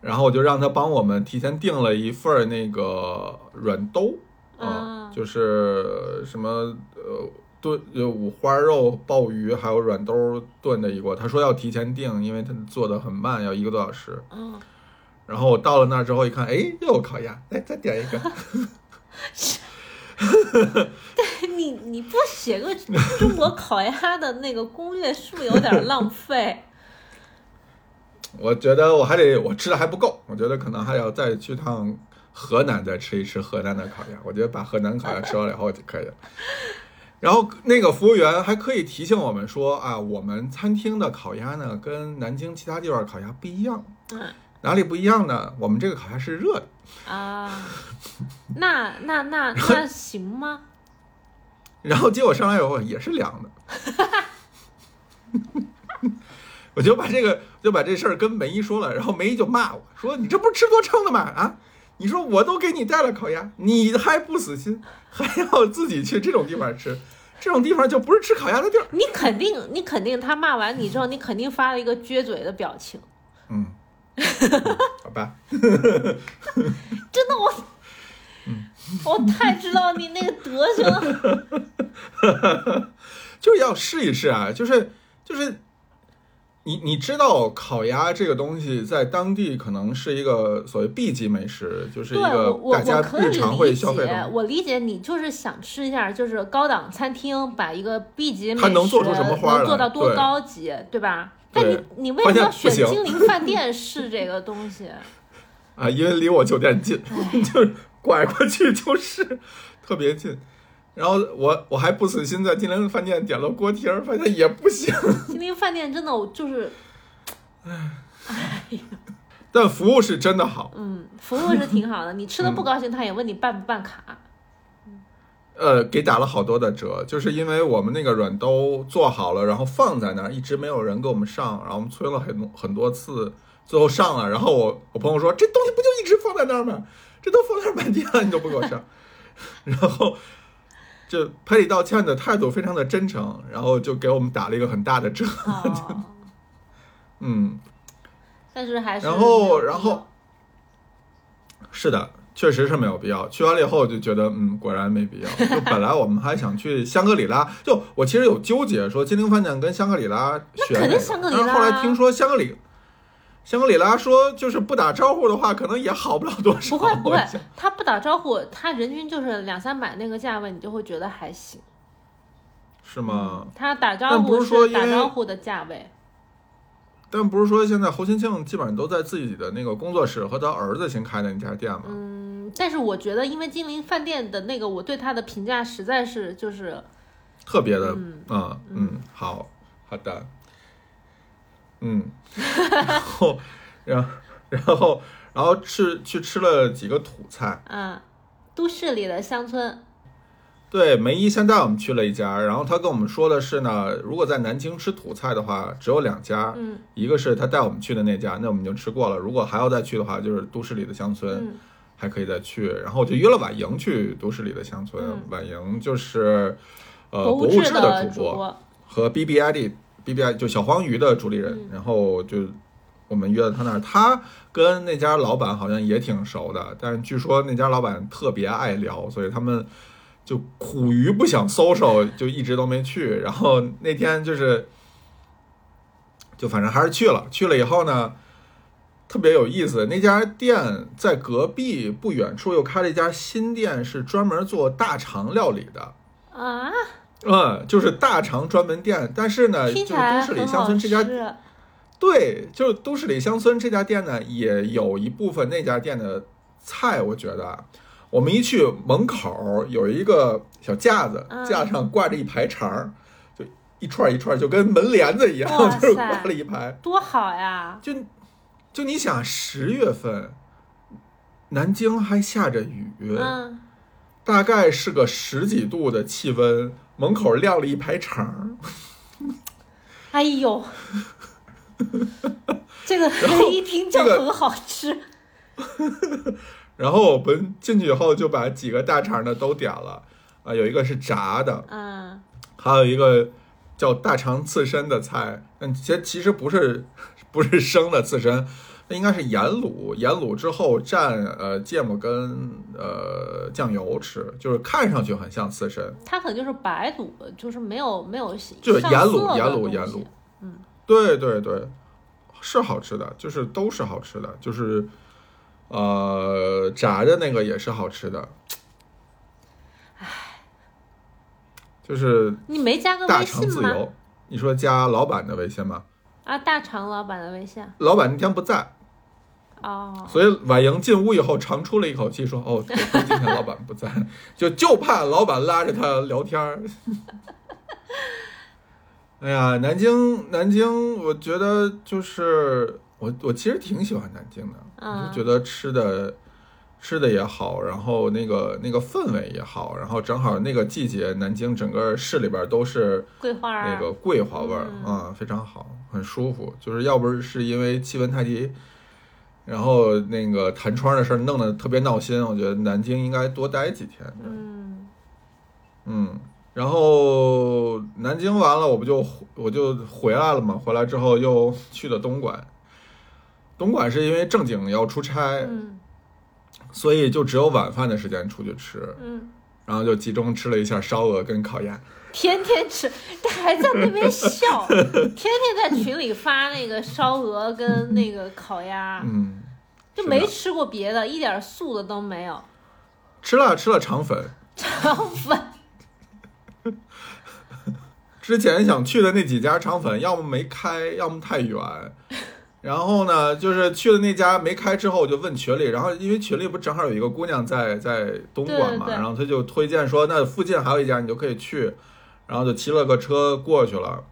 然后我就让他帮我们提前订了一份儿那个软兜，啊就是什么呃炖呃五花肉、鲍鱼还有软兜炖的一锅，他说要提前订，因为他做的很慢，要一个多小时。嗯，然后我到了那儿之后一看，哎，又有烤鸭，来再点一个。 你你不写个 中国烤鸭的那个攻略，是不是有点浪费？我觉得我还得我吃的还不够，我觉得可能还要再去趟河南，再吃一吃河南的烤鸭。我觉得把河南烤鸭吃完了以后就可以了。 然后那个服务员还可以提醒我们说啊，我们餐厅的烤鸭呢跟南京其他地方烤鸭不一样，嗯哪里不一样呢？我们这个烤鸭是热的，啊，那那那那行吗？然后结果上来以后也是凉的。 我就把这个就把这事儿跟梅姨说了，然后梅姨就骂我说：“你这不是吃多撑的吗？啊，你说我都给你带了烤鸭，你还不死心，还要自己去这种地方吃，这种地方就不是吃烤鸭的地儿。你肯定，你肯定，他骂完你之后，你肯定发了一个撅嘴的表情。”嗯，好吧，真的我，我太知道你那个德行了。就是要试一试啊，就是就是你你知道烤鸭这个东西在当地可能是一个所谓 B 级美食，就是一对我个我大家我可日以常会理消费的解东，西。我理解你就是想吃一下，就是高档餐厅把一个 B 级美它能做食出什么花能做来到多对高级，对吧？对但你你为发什么现要不行选金陵饭店是这个东西？啊，因为离我酒店近， 就是拐过去就是特别近。然后我我还不死心，在金陵饭店点了锅贴儿，发现也不行。 金陵饭店真的我就是，但服务是真的好，嗯，服务是挺好的，你吃的嗯不高兴，他也问你办不 办卡。呃，给打了好多的折，就是因为我们那个软兜做好了，然后放在那儿，一直没有人给我们上，然后我们催了很多很多次，最后上了。然后我我朋友说，这东西不就一直放在那儿吗？这都放那儿半天了，你都不给我上。 然后就赔礼道歉的态度非常的真诚，然后就给我们打了一个很大的折。哦，嗯，但是还是然没有后必然后要是的，确实是没有必要。去完了以后就觉得，嗯，果然没必要。就本来我们还想去香格里拉，就我其实有纠结，说金陵饭店跟香格里拉选肯定哪个香格里但是后拉来听说香格里，香格里拉说就是不打招呼的话，可能也好不了多少。不会不我会想，他不打招呼，他人均就是两三百那个价位，你就会觉得还行。嗯是吗？他打招但不呼是说因打为招呼的价位。但不是说现在侯新庆基本上都在自己的那个工作室和他儿子新开的那家店吗？嗯，但是我觉得，因为金陵饭店的那个，我对他的评价实在是就是，特别的，嗯嗯嗯，好好的，嗯，然后，然后，然后，然后吃去吃了几个土菜，啊，都市里的乡村，对，梅姨先带我们去了一家，然后她跟我们说的是呢，如果在南京吃土菜的话，只有两家，嗯一个是她带我们去的那家，那我们已经吃过了，如果还要再去的话，就是都市里的乡村，嗯还可以再去。然后我就约了婉莹去都市里的乡村，嗯婉莹就是呃国国志志的主播。播，和 B B I D B B I 就小黄鱼的主理人，嗯然后就我们约到他那儿，他跟那家老板好像也挺熟的，但是据说那家老板特别爱聊，所以他们就苦于不想 social，就一直都没去。然后那天就是，就反正还是去了，去了以后呢。特别有意思，那家店在隔壁不远处又开了一家新店，是专门做大肠料理的。啊，嗯，就是大肠专门店，但是呢，哎就听是起来都市里很乡好村这家，吃，对，就是都市里乡村这家店呢，也有一部分那家店的菜，我觉得啊，我们一去门口有一个小架子，嗯架上挂着一排肠儿，就一串儿一串儿，就跟门帘子一样，哇 就是塞挂了一排。多好呀！就就你想，十月份，南京还下着雨，嗯，大概是个十几度的气温，门口晾了一排肠儿。哎呦，这个 一听就这个很好吃，然后我们进去以后就把几个大肠的都点了，啊，有一个是炸的，嗯，还有一个叫大肠刺身的菜，但其实其实不是 不是生的刺身，那应该是盐卤，盐卤之后蘸呃芥末跟呃酱油吃，就是看上去很像刺身，它可能就是白卤，就是没有没有就是上盐色卤的盐卤东盐西卤，对对对，是好吃的，就是都是好吃的，就是呃炸的那个也是好吃的，就是你没加个大微肠信自吗？由。你说加老板的微信吗？啊，大肠老板的微信老板那天不在，哦，所以婉莹进屋以后长出了一口气，说：“哦，对今天老板不在， 就就怕老板拉着他聊天儿。” 哎呀，南京，南京，我觉得就是我，我其实挺喜欢南京的，我嗯就觉得吃的吃的也好，然后那个那个氛围也好，然后正好那个季节，南京整个市里边都是桂花儿那个桂花味儿嗯啊、非常好，很舒服。就是要不是因为气温太低，然后那个弹窗的事儿弄得特别闹心，我觉得南京应该多待几天。嗯，嗯，然后南京完了，我不就回我就回来了嘛。回来之后又去了东莞，东莞是因为正经要出差，嗯所以就只有晚饭的时间出去吃，嗯，然后就集中吃了一下烧鹅跟烤鸭。天天吃， 但还在那 边笑，天天在群里发那个烧鹅跟那个烤鸭，嗯，就是没的吃过别的，一点素的都没有。 吃了吃了肠粉，肠粉，之前想去的那几家肠粉， 要么没开，要么太 远。然后呢，就是去了那家没开之后，我就问群里，然后因为群里不正好有一个姑娘在在东莞嘛，对对对然后她就推荐说，那附近还有一家，你就可以去。然后就骑了个车过去了。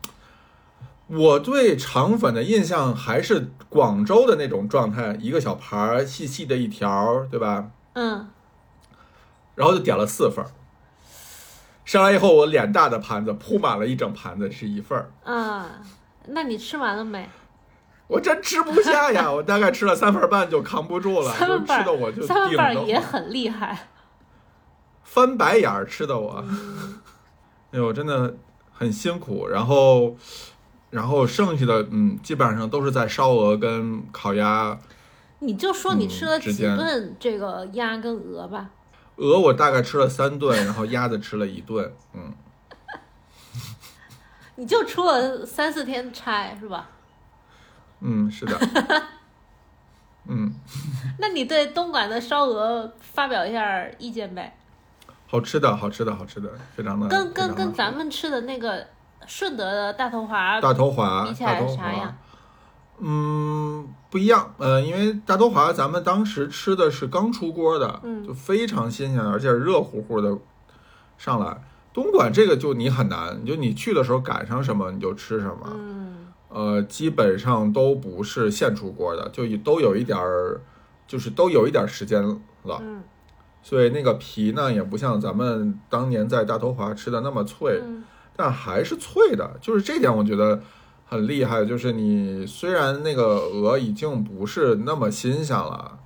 我对肠粉的印象还是广州的那种状态，一个小盘儿，细细的一条儿，对吧？嗯，然后就点了四份儿。上来以后，我脸大的盘子铺满了一整盘子是一份儿，啊，那你吃完了没？我真吃不下 呀！我大概吃了三份儿半就扛不住了，三就份吃半的我就三文顶板着也很厉害，翻白眼儿，吃的我， 哎呦，真的很辛苦。然后，然后剩下的嗯，基本上都是在烧鹅跟烤鸭。你就说你吃了嗯之几间顿这个鸭跟鹅吧。鹅我大概吃了三顿，然后鸭子吃了一顿，嗯，你就出了三四天差是吧？嗯，是的，嗯，那你对东莞的烧鹅发表一下意见呗？好吃的，好吃的，好吃的，非常的，跟嗯非常跟的跟好咱们吃的那个顺德的大头华大头华，比起大来头是啊啥华样，？嗯，不一样。呃，因为大头华咱们当时吃的是刚出锅的，嗯就非常新鲜，而且热乎乎的上来。东莞这个就你很难，就你去的时候赶上什么你就吃什么，嗯，呃，基本上都不是现出锅的，就都有一点儿，就是都有一点儿时间了，嗯所以那个皮呢也不像咱们当年在大头华吃的那么脆，嗯但还是脆的，就是这点我觉得很厉害。就是你虽然那个鹅已经不是那么新鲜了，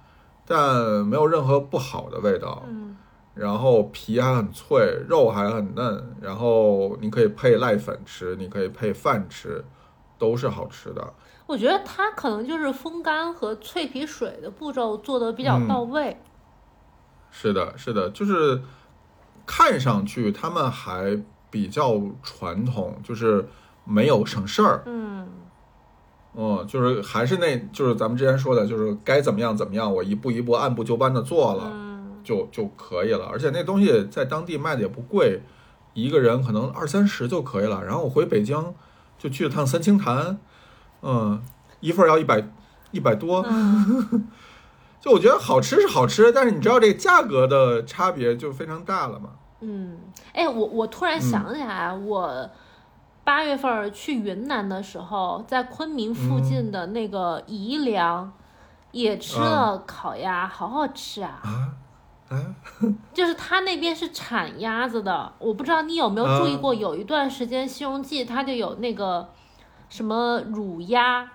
但没有任何不好的味道。嗯然后皮还很脆，肉还很嫩，然后你可以配濑粉吃，你可以配饭吃，都是好吃的。我觉得它可能就是风干和脆皮水的步骤做得比较嗯到位。是的，是的，就是看上去他们还比较传统，就是没有省事儿。嗯嗯，就是还是那，就是咱们之前说的，就是该怎么样怎么样，我一步一步按部就班的做了，嗯就就可以了。而且那东西在当地卖的也不贵，一个人可能二三十就可以了。然后我回北京就去了趟三清潭，嗯，一份儿要一百一百多，嗯， 就我觉得好吃是好吃，但是你知道这个价格的差别就非常大了嘛。嗯，哎，我我突嗯然想起来，啊我八月份儿去云南的时候，在昆明附嗯近的那个宜良。也吃了烤鸭，好好吃啊！啊啊，就是它那边是产鸭子的，我不知道你有没有注意过，有一段时间《西游记》它就有那个什么乳鸭，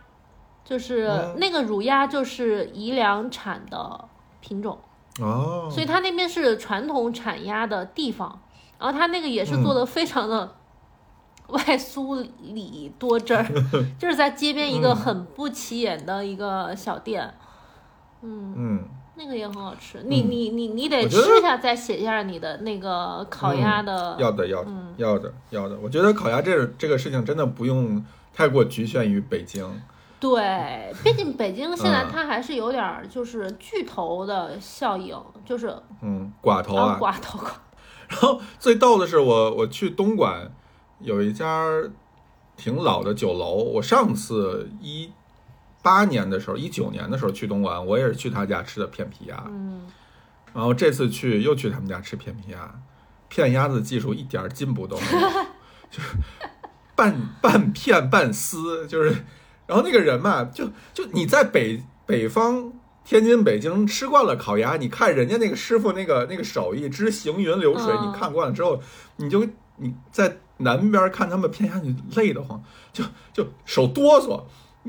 就是嗯那个乳鸭就是宜良产的品种。哦，所以它那边是传统产鸭的地方，然后它那个也是做的非常的外酥里多汁儿，就是在街边一个很不起眼的一个小店，嗯，嗯。那个也很好吃。你嗯你你你得我觉得嗯吃一下，再写一下你的那个烤鸭的，要的，要的，要的，要的。我觉得烤鸭这这个事情真的不用太过局限于北京。对，毕竟北京现在嗯它还是有点儿就是巨头的效应，就是嗯，寡头啊。啊寡头寡，然后最逗的是我，我去东莞有一家挺老的酒楼，我上次一八年的时候，一九年的时候去东莞，我也是去他家吃的片皮鸭，嗯，然后这次去又去他们家吃片皮鸭，片鸭子技术一点儿进步都没有，就是半半片半丝，就是，然后那个人嘛，就就你在北北方。天津、北京吃惯了烤鸭，你看人家那个师傅那个那个手艺之行云流水，嗯你看惯了之后，你就你在南边看他们片鸭，你累得慌，就就手哆嗦。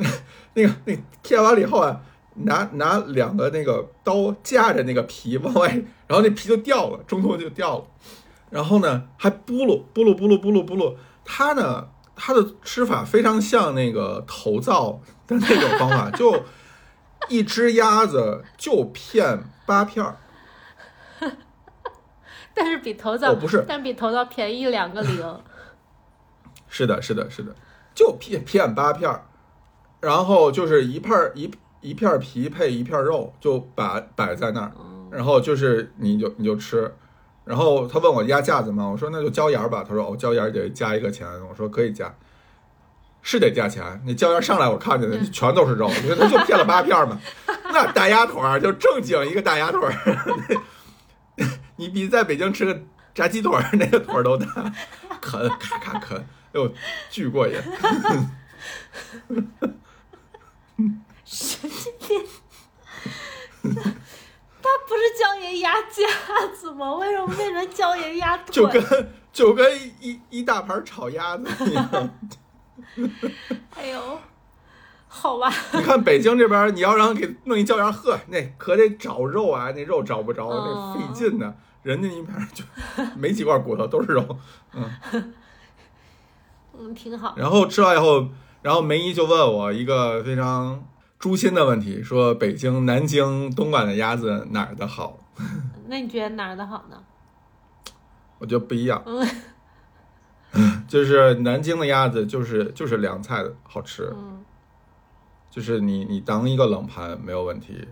那个那个片完了以后啊，拿拿两个那个刀架着那个皮往外，然后那皮就掉了，中途就掉了。然后呢，还咕噜咕噜咕噜咕噜咕噜。它呢，它的吃法非常像那个头灶的那种方法，就一只鸭子就片八片儿，但是比头哦灶不是 但比头灶便宜两个零，是的，是的，是的，就片片八片儿，然后就是一片儿一一片儿皮配一片儿肉，就摆摆在那儿，然后就是你就你就吃。然后他问我压价怎么样，我说那就椒盐儿吧。他说哦，椒盐儿得加一个钱。我说可以加，是得加钱。你椒盐儿上来我看见的嗯全都是肉，因为他就片了八片儿嘛。那大鸭腿儿就正经一个大鸭腿儿， 你比在北京吃个炸鸡腿儿那个腿儿都大，啃咔咔啃，哎呦巨过瘾。神经病！他不是椒盐鸭架子吗？为什么变成椒盐鸭腿？就跟就跟一一大盘炒鸭子一样。哎呦，好吧，你看北京这边儿，你要让给弄一椒盐，呵，那可得找肉啊，那肉找不着，那嗯费劲呢、人家一盘就没几块骨头，都是肉。嗯，挺好。然后吃完以后，然后梅姨就问我一个非常诛心的问题，说北京、南京、东莞的鸭子哪儿的好？那你觉得哪儿的好呢？我觉得不一样嗯。 就是南京的鸭子，就是就是凉菜的好吃，嗯就是你你当一个冷盘没有问题。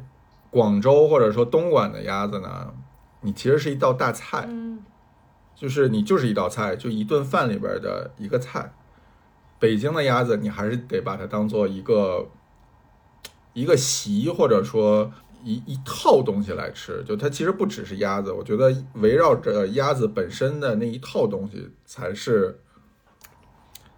广州或者说东莞的鸭子呢，你其实是一道大菜，嗯就是你就是一道菜，就一顿饭里边的一个菜。北京的鸭子，你还是得把它当做一个一个席，或者说一一套东西来吃。就它其实不只是鸭子，我觉得围绕着鸭子本身的那一套东西才是。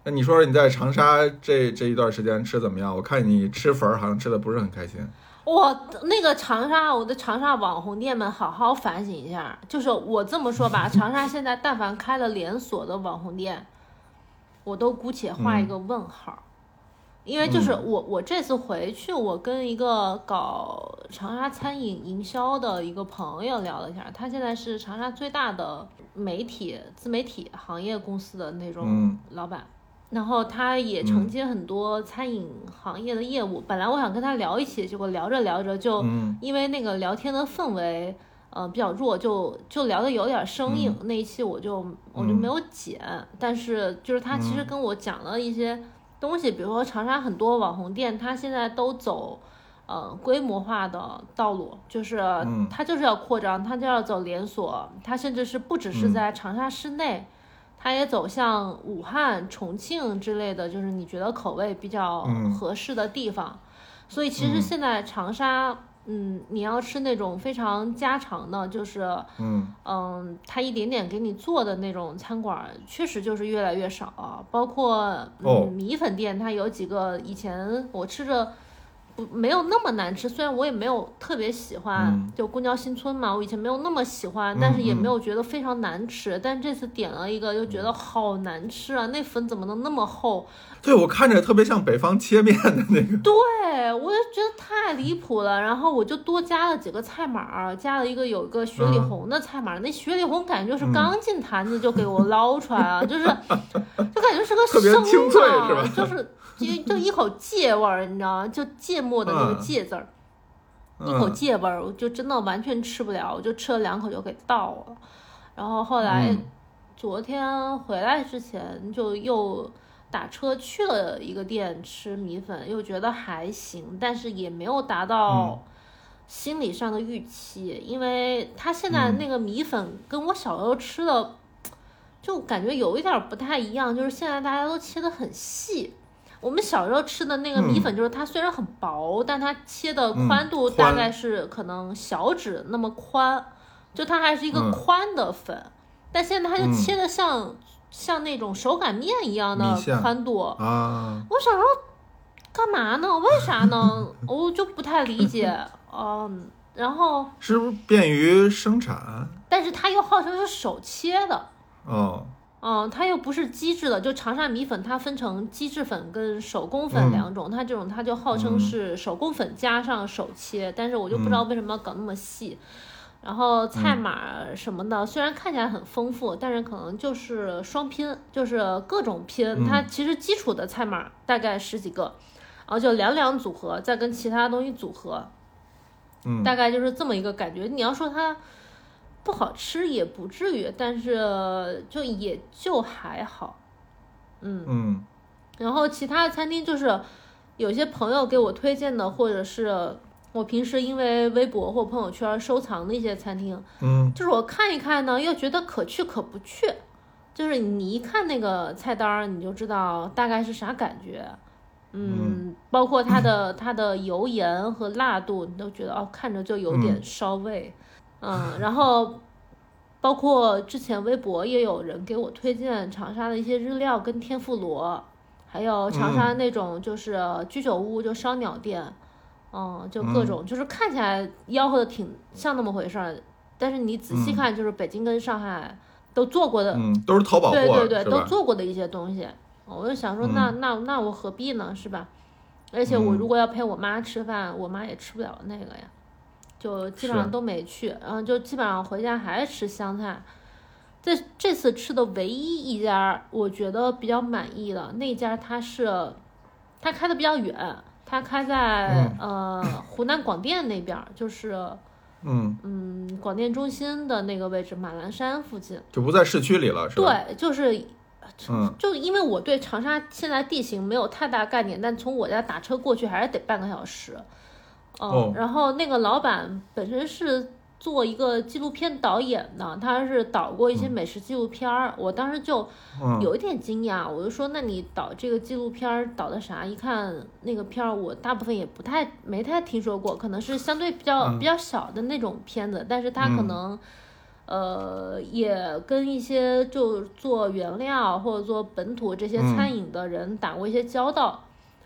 那你说说你在长沙这这一段时间吃怎么样？我看你吃粉儿好像吃的不是很开心。我那个长沙，我的长沙网红店们好好反省一下。就是我这么说吧，长沙现在但凡开了连锁的网红店，我都姑且画一个问号，因为就是我我这次回去，我跟一个搞长沙餐饮营销的一个朋友聊了一下，他现在是长沙最大的媒体自媒体行业公司的那种嗯老板，然后他也承接很多餐饮行业的业务。本来我想跟他聊一起，结果聊着聊着就嗯因为那个聊天的氛围，呃，比较弱，就就聊的有点生硬。那一期我就我就嗯没有剪，但是就是他其实跟我讲了一些东西，比如说长沙很多网红店，他现在都走。呃，规模化的道路就是嗯他就是要扩张，他就要走连锁，他甚至是不只是嗯在长沙市内，它也走向武汉、重庆之类的，就是你觉得口味比较嗯合适的地方。所以其实嗯现在长沙，嗯，你要吃那种非常家常的，就是嗯嗯，他一点点给你做的那种餐馆儿，确实就是越来越少啊。包括、嗯哦米粉店，它有几个以前我吃着不没有那么难吃，虽然我也没有特别喜欢，嗯就公交新村嘛，我以前没有那么喜欢，但是也嗯嗯没有觉得非常难吃。但这次点了一个，就觉得好难吃啊！那粉怎么能那么厚？对我看着特别像北方切面的那 个。对，我就觉得太离谱了。然后我就多加了几个菜码儿，加了一个有一个雪里嗯红的菜码儿。那雪里红感觉就是嗯刚进坛子就给我捞出来 啊，就是就感觉是个特别生的，清脆是吧 就是就就一口芥味儿，你知道吗？就芥末的那个嗯芥字儿。一口嗯芥味儿，我就真的完全吃不了，我就吃了两口就给倒了。然后后来、嗯昨天回来之前就又打车去了一个店吃米粉，又觉得还行，但是也没有达嗯到心理上的预期，因为他现在嗯那个米粉跟我小时候吃的。就感觉有一点儿不太一样，就是现在大家都切的很细。我们小时候吃的那个米粉，就是它虽然很薄，但它切的宽度嗯大宽概是可能小指那么宽，就它还是一个嗯宽的粉。但现在它就嗯切的像、像那种手擀面一样的米线宽度。啊，我小时候干嘛呢？为啥 呢？我就不太理解。嗯，然后是不是便于生产？但是它又号称是手切的，哦，嗯，它又不是机制的，就长沙米粉它分成机制粉跟手工粉嗯两种，它这种它就号称嗯是手工粉加上手切，但是我就不知道为什么要搞那么细。然后嗯菜码儿什么的，虽然看起来很丰富，但是可能就是双拼，就是各种拼。嗯它其实基础的菜码儿大概十几个，然后就两两组合，再跟其他东西组合，嗯，大概就是这么一个感觉。你要说它不好吃也不至于，但是就也就还好。嗯，嗯然后其他的餐厅就是有些朋友给我推荐的，或者是我平时因为微博或朋友圈收藏的一些餐厅，嗯就是我看一看呢，又觉得可去可不去。就是你一看那个菜单儿，你就知道大概是啥感觉。嗯，包括它的它的油盐和辣度，你都觉得哦，看着就有点烧胃。嗯，然后包括之前微博也有人给我推荐长沙的一些日料跟天妇罗，还有长沙那种就是居酒屋，就烧鸟店。嗯，就各种、就是看起来吆喝的挺像那么回事儿，但是你仔细看，就是北京跟上海都做过的，嗯，都是淘宝货，对对对，是都吧？做过的一些东西。哦我就想说那，那那我何必呢，是吧？而且我嗯如果要陪我妈吃饭，我妈也吃不了那个呀，就基本上是都没去，然后就基本上回家还是吃湘菜。这这次吃的唯一一家我觉得比较满意的那家，它是它开的比较远，它开在、呃湖南广电那边儿，就是嗯，嗯广电中心的那个位置，马栏山附近。就不在市区里了，是吧？对，就是嗯就因为我对长沙现在地形没有太大概念，但从我家打车过去还是得半个小时。嗯、哦然后那个老板本身是做一个纪录片导演的，他是导过一些美食纪录片儿。我当时就嗯有一点惊讶，我就说：“那你导这个纪录片儿导的啥？”一看那个片儿，我大部分也不太没太听说过，可能是相对比较、嗯比较小的那种片子，但是它可嗯能、呃也跟一些就做原料或者做本土这些餐饮的人打过一些交道。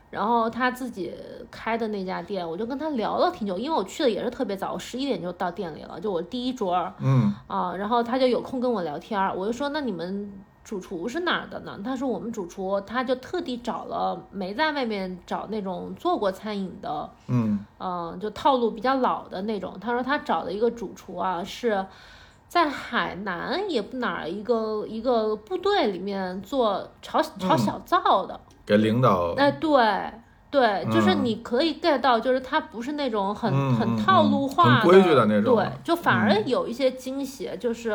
然后他自己开的那家店，我就跟他聊了挺久，因为我去的也是特别早，我十一点就到店里了，就我第一桌儿，嗯啊，然后他就有空跟我聊天儿，我就说那你们主厨是哪儿的呢？他说我们主厨他就特地找了没在外面找那种做过餐饮的，嗯嗯，就套路比较老的那种。他说他找的一个主厨啊是。在海南也不哪儿一个一个部队里面做炒炒嗯小灶的，给领导，哎，对对，就是嗯你可以 get 到，就是它不是那种很、嗯很嗯套嗯路很化规矩的那种对，就反而嗯有一些惊喜，就是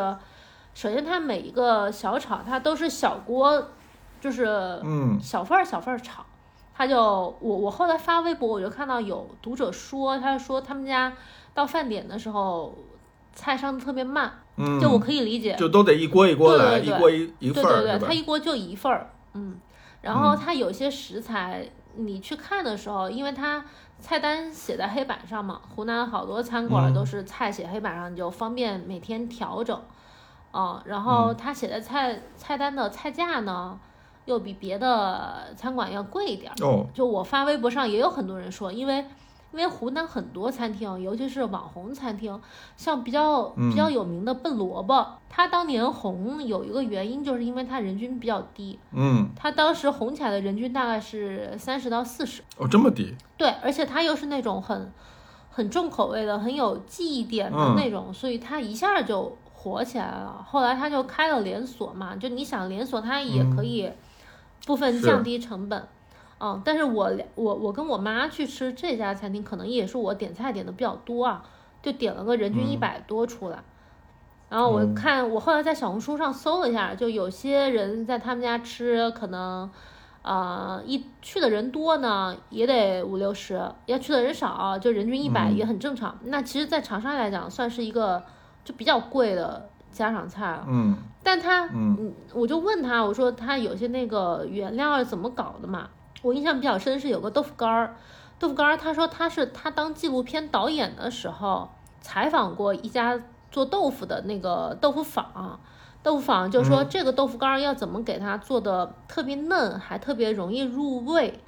首先它每一个小炒它都是小锅，就是嗯小份儿小份儿炒。他就我我后来发微博，我就看到有读者说，他说他们家到饭点的时候菜上的特别慢，嗯，就我可以理解，就都得一锅一锅来，对对对一锅一一份儿，对对是对，吧它？一锅就一份儿，嗯。然后嗯它有些食材，你去看的时候，因为它菜单写在黑板上嘛，湖南好多餐馆嗯都是菜写黑板上，你就方便每天调整。嗯，然后嗯它写的菜菜单的菜价呢，又比别的餐馆要贵一点儿。哦，就我发微博上也有很多人说，因为因为湖南很多餐厅，尤其是网红餐厅，像比较比较有名的笨萝卜，它当年红有一个原因，就是因为它人均比较低，嗯，它当时红起来的人均大概是三十到四十，哦，这么低，对，而且它又是那种很很重口味的、很有记忆点的嗯那种，所以它一下就火起来了。后来它就开了连锁嘛，就你想连锁，它也可以部嗯分是降低成本。嗯，但是我我我跟我妈去吃这家餐厅，可能也是我点菜点的比较多啊，就点了个人嗯均一百多出来。然后我哦看，我后来在小红书上搜了一下，就有些人在他们家吃，可能，呃，一去的人多呢，也得五六十；要去的人少，就人均一百嗯也很正常。那其实，在长沙来讲，算是一个就比较贵的家常菜了。嗯但他嗯嗯，我就问他，我说他有些那个原料是怎么搞的嘛？我印象比较深是有个豆腐干儿，豆腐干儿，他说他是他当纪录片导演的时候采访过一家做豆腐的那个豆腐坊，豆腐坊就嗯说这个豆腐干儿要怎么给它做的特别嫩，还特别容易入味。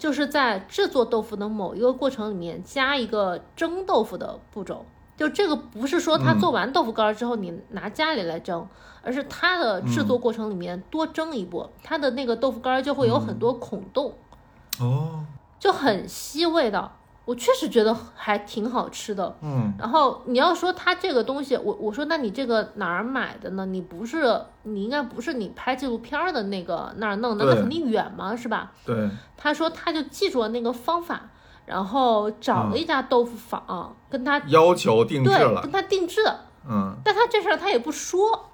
就是在制作豆腐的某一个过程里面加一个蒸豆腐的步骤，就这个不是说他嗯做完豆腐干儿之后你拿家里来蒸，而是它的制嗯作过程里面多蒸一波，它的那个豆腐干儿就会有很嗯多孔洞，哦，就很吸味道。我确实觉得还挺好吃的。嗯然后你要说它这个东西，我我说那你这个哪儿买的呢？你不是你应该不是你拍纪录片儿的那个那儿弄的，那对肯定远嘛，是吧？对，他说他就记住了那个方法，然后找了一家豆腐坊、跟他嗯要求定制对了，跟他定制，嗯但他这事儿他也不说，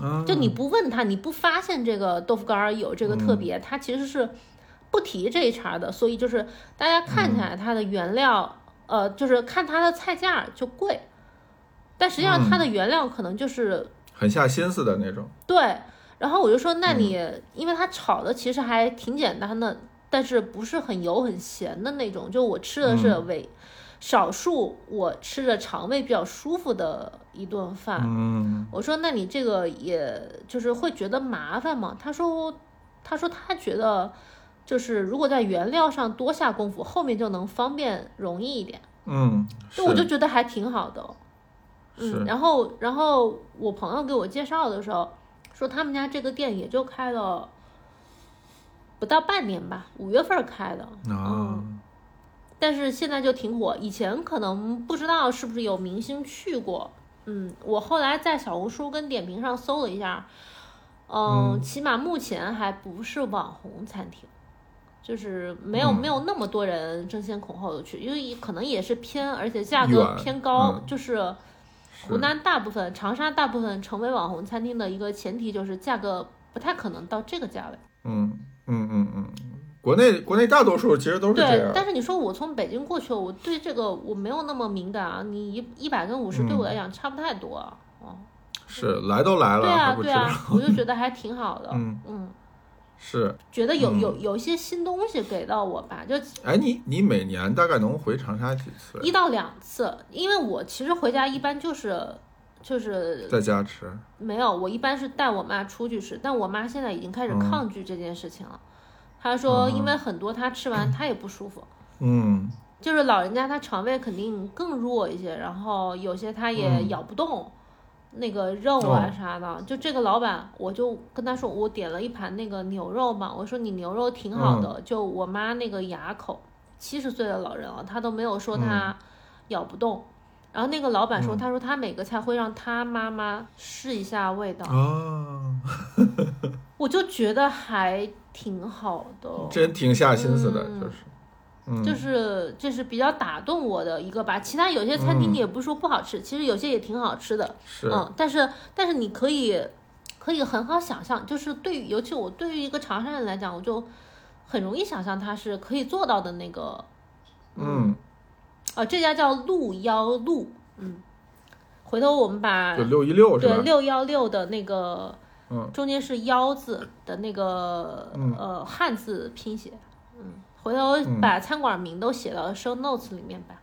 啊就你不问他，你不发现这个豆腐干儿有这个特别，它其实是不提这一茬的。所以就是大家看起来它的原料，呃，就是看它的菜价就贵，但实际上它的原料可能就是、很下心思的那种，对。然后我就说，那你、因为它炒的其实还挺简单的，但是不是很油很咸的那种。就我吃的是为、少数我吃着肠胃比较舒服的一顿饭。嗯，我说：“那你这个也就是会觉得麻烦吗？”他说：“他说他觉得就是如果在原料上多下功夫，后面就能方便容易一点。嗯，”是就我就觉得还挺好的。嗯，是，然后然后我朋友给我介绍的时候说，他们家这个店也就开了不到半年吧，五月份开的。啊，嗯但是现在就挺火。以前可能不知道是不是有明星去过，嗯，我后来在小红书跟点评上搜了一下，嗯，起码目前还不是网红餐厅，就是没有、嗯没有那么多人争先恐后的去，因为可能也是偏，而且价远格偏高，嗯就是。湖是南大部分、长沙大部分成为网红餐厅的一个前提就是价格不太可能到这个价位。嗯嗯嗯嗯，国内国内大多数其实都是这对，样，但是你说我从北京过去，我对这个我没有那么敏感啊。你一一百跟五十嗯对我来讲差不太多啊。哦，是来都来对了，啊还，不知对道，啊，我就觉得还挺好的。嗯嗯，是，觉得有嗯有有一些新东西给到我吧，就哎，你你每年大概能回长沙几次？一到两次，因为我其实回家一般就是就是在家吃，没有，我一般是带我妈出去吃，但我妈现在已经开始嗯抗拒这件事情了。她说，因为很多她吃完她也不舒服。嗯就是老人家他肠胃肯定更弱一些，然后有些他也嗯咬不动、那个肉啊哦啥的。就这个老板，我就跟他说，我点了一盘那个牛肉嘛，我说你牛肉挺嗯好的，就我妈那个牙口，七十岁的老人啊了，他都没有说他咬不动。然后那个老板说，嗯他说他每个菜会让他妈妈试一下味道，啊，我就觉得还挺好的。真挺下心思的，嗯就是，嗯，就是这是比较打动我的一个吧。其他有些餐厅嗯也不是说不好吃，其实有些也挺好吃的，是，嗯，但是但是你可以可以很好想象，就是对于尤其我对于一个长沙人来讲，我就很容易想象它是可以做到的那个，嗯，呃，这家叫鹿幺鹿，嗯，回头我们把就六一六是嗯对吧？六幺六的那个嗯中间是“幺”字的那个、嗯呃汉字拼写，嗯，回头嗯把餐馆名都写到 show notes 里面吧。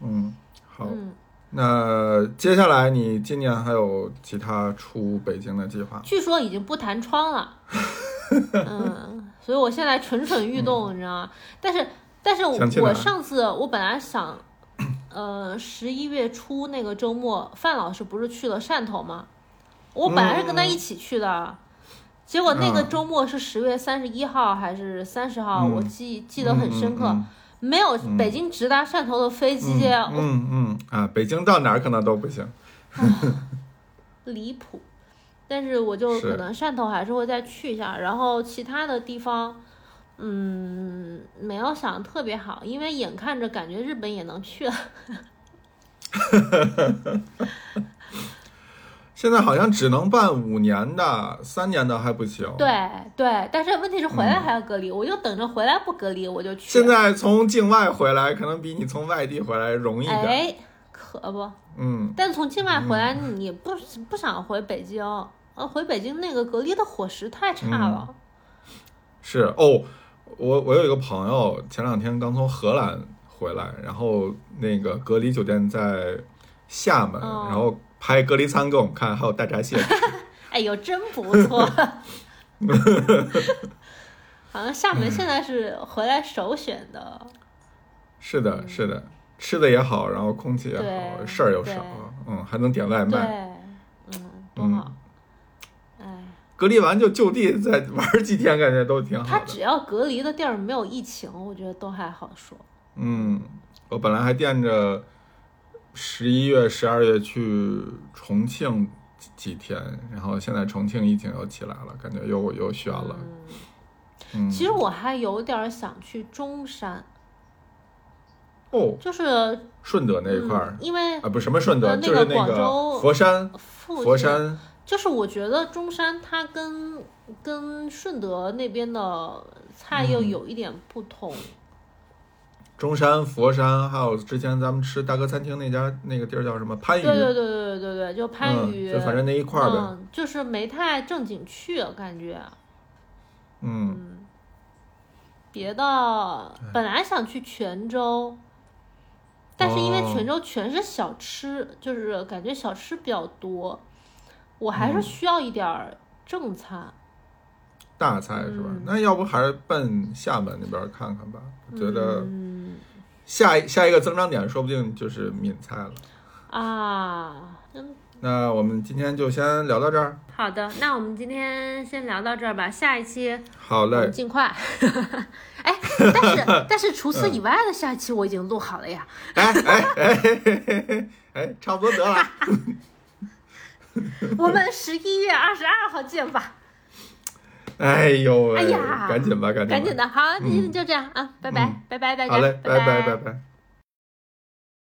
嗯，好，嗯，那接下来你今年还有其他出北京的计划？据说已经不弹窗 了，嗯，所以我现在蠢蠢欲动，你知道吗？但是，但是我嗯想起来我了上次我本来想，呃，十一月初那个周末，范老师不是去了汕头吗？我本来是跟他一起去的，结果那个嗯周末是十月三十一号还是三十号，嗯我记记得很深刻，嗯没有嗯北京直达汕头的飞嗯机，嗯嗯嗯啊，北京到哪儿可能都不行，离谱。但是我就是可能汕头还是会再去一下，然后其他的地方，嗯，没有想得特别好，因为眼看着感觉日本也能去了。现在好像只能办五年的，三年的还不行。，对对，但是问题是回来还要隔离，我就等着回来不隔离我就去。嗯现在从境外回来可能比你从外地回来容易点。哎，可不，嗯，但从境外回来你不、不想回北京，呃，回北京那个隔离的伙食太嗯差了。是哦，我我有一个朋友前两天刚从荷兰回来，然后那个隔离酒店在厦门，哦然后拍隔离餐给我们看，还有大闸 蟹。哎呦，真不 错。好像厦门现在是回来首选嗯的，是的，是的，吃的也好，然后空气也好，对事儿又少对，嗯，还能点外对卖。，嗯，多好嗯，，哎，隔离完就就地再玩几天，感觉都挺好他的。哎只要隔离的地儿没有疫情，我觉得都还好说。嗯，我本来还惦着十一月、十二月去重庆几几天，然后现在重庆疫情又起来了，感觉又又悬了。嗯，其实我还有点儿想去中山，哦，就是顺德那一块儿、嗯因为啊，不是什么顺德，呃那就是那个广州个佛山，附佛近山，就是我觉得中山它跟跟顺德那边的菜又嗯有一点不同，中山、佛山，还有之前咱们吃大哥餐厅那家那个地儿叫什么番禺，对对对对对对对，就番禺、嗯，就反正那一块儿呗，嗯，就是没太正经去感觉，嗯，嗯，别的本来想去泉州，但是因为哦泉州全是小吃，就是感觉小吃比较多，我还是嗯需要一点儿正餐。大菜是吧嗯？那要不还是奔厦门那边看看吧，我觉得嗯下一下一个增长点说不定就是闽菜了。啊，嗯，那我们今天就先聊到这儿，好的，那我们今天先聊到这儿吧，下一期好我们嘞，尽快。 哎，但是但是除此嗯以外的下一期我已经录好了呀。哎哎哎嘿嘿嘿嘿哎，差不多得 了，我们十一月二十二号见吧，哎呦喂，哎呀赶紧吧，赶紧吧，赶紧的，好，那今天就这样啊，拜拜，拜拜大家，好嘞，拜拜拜拜。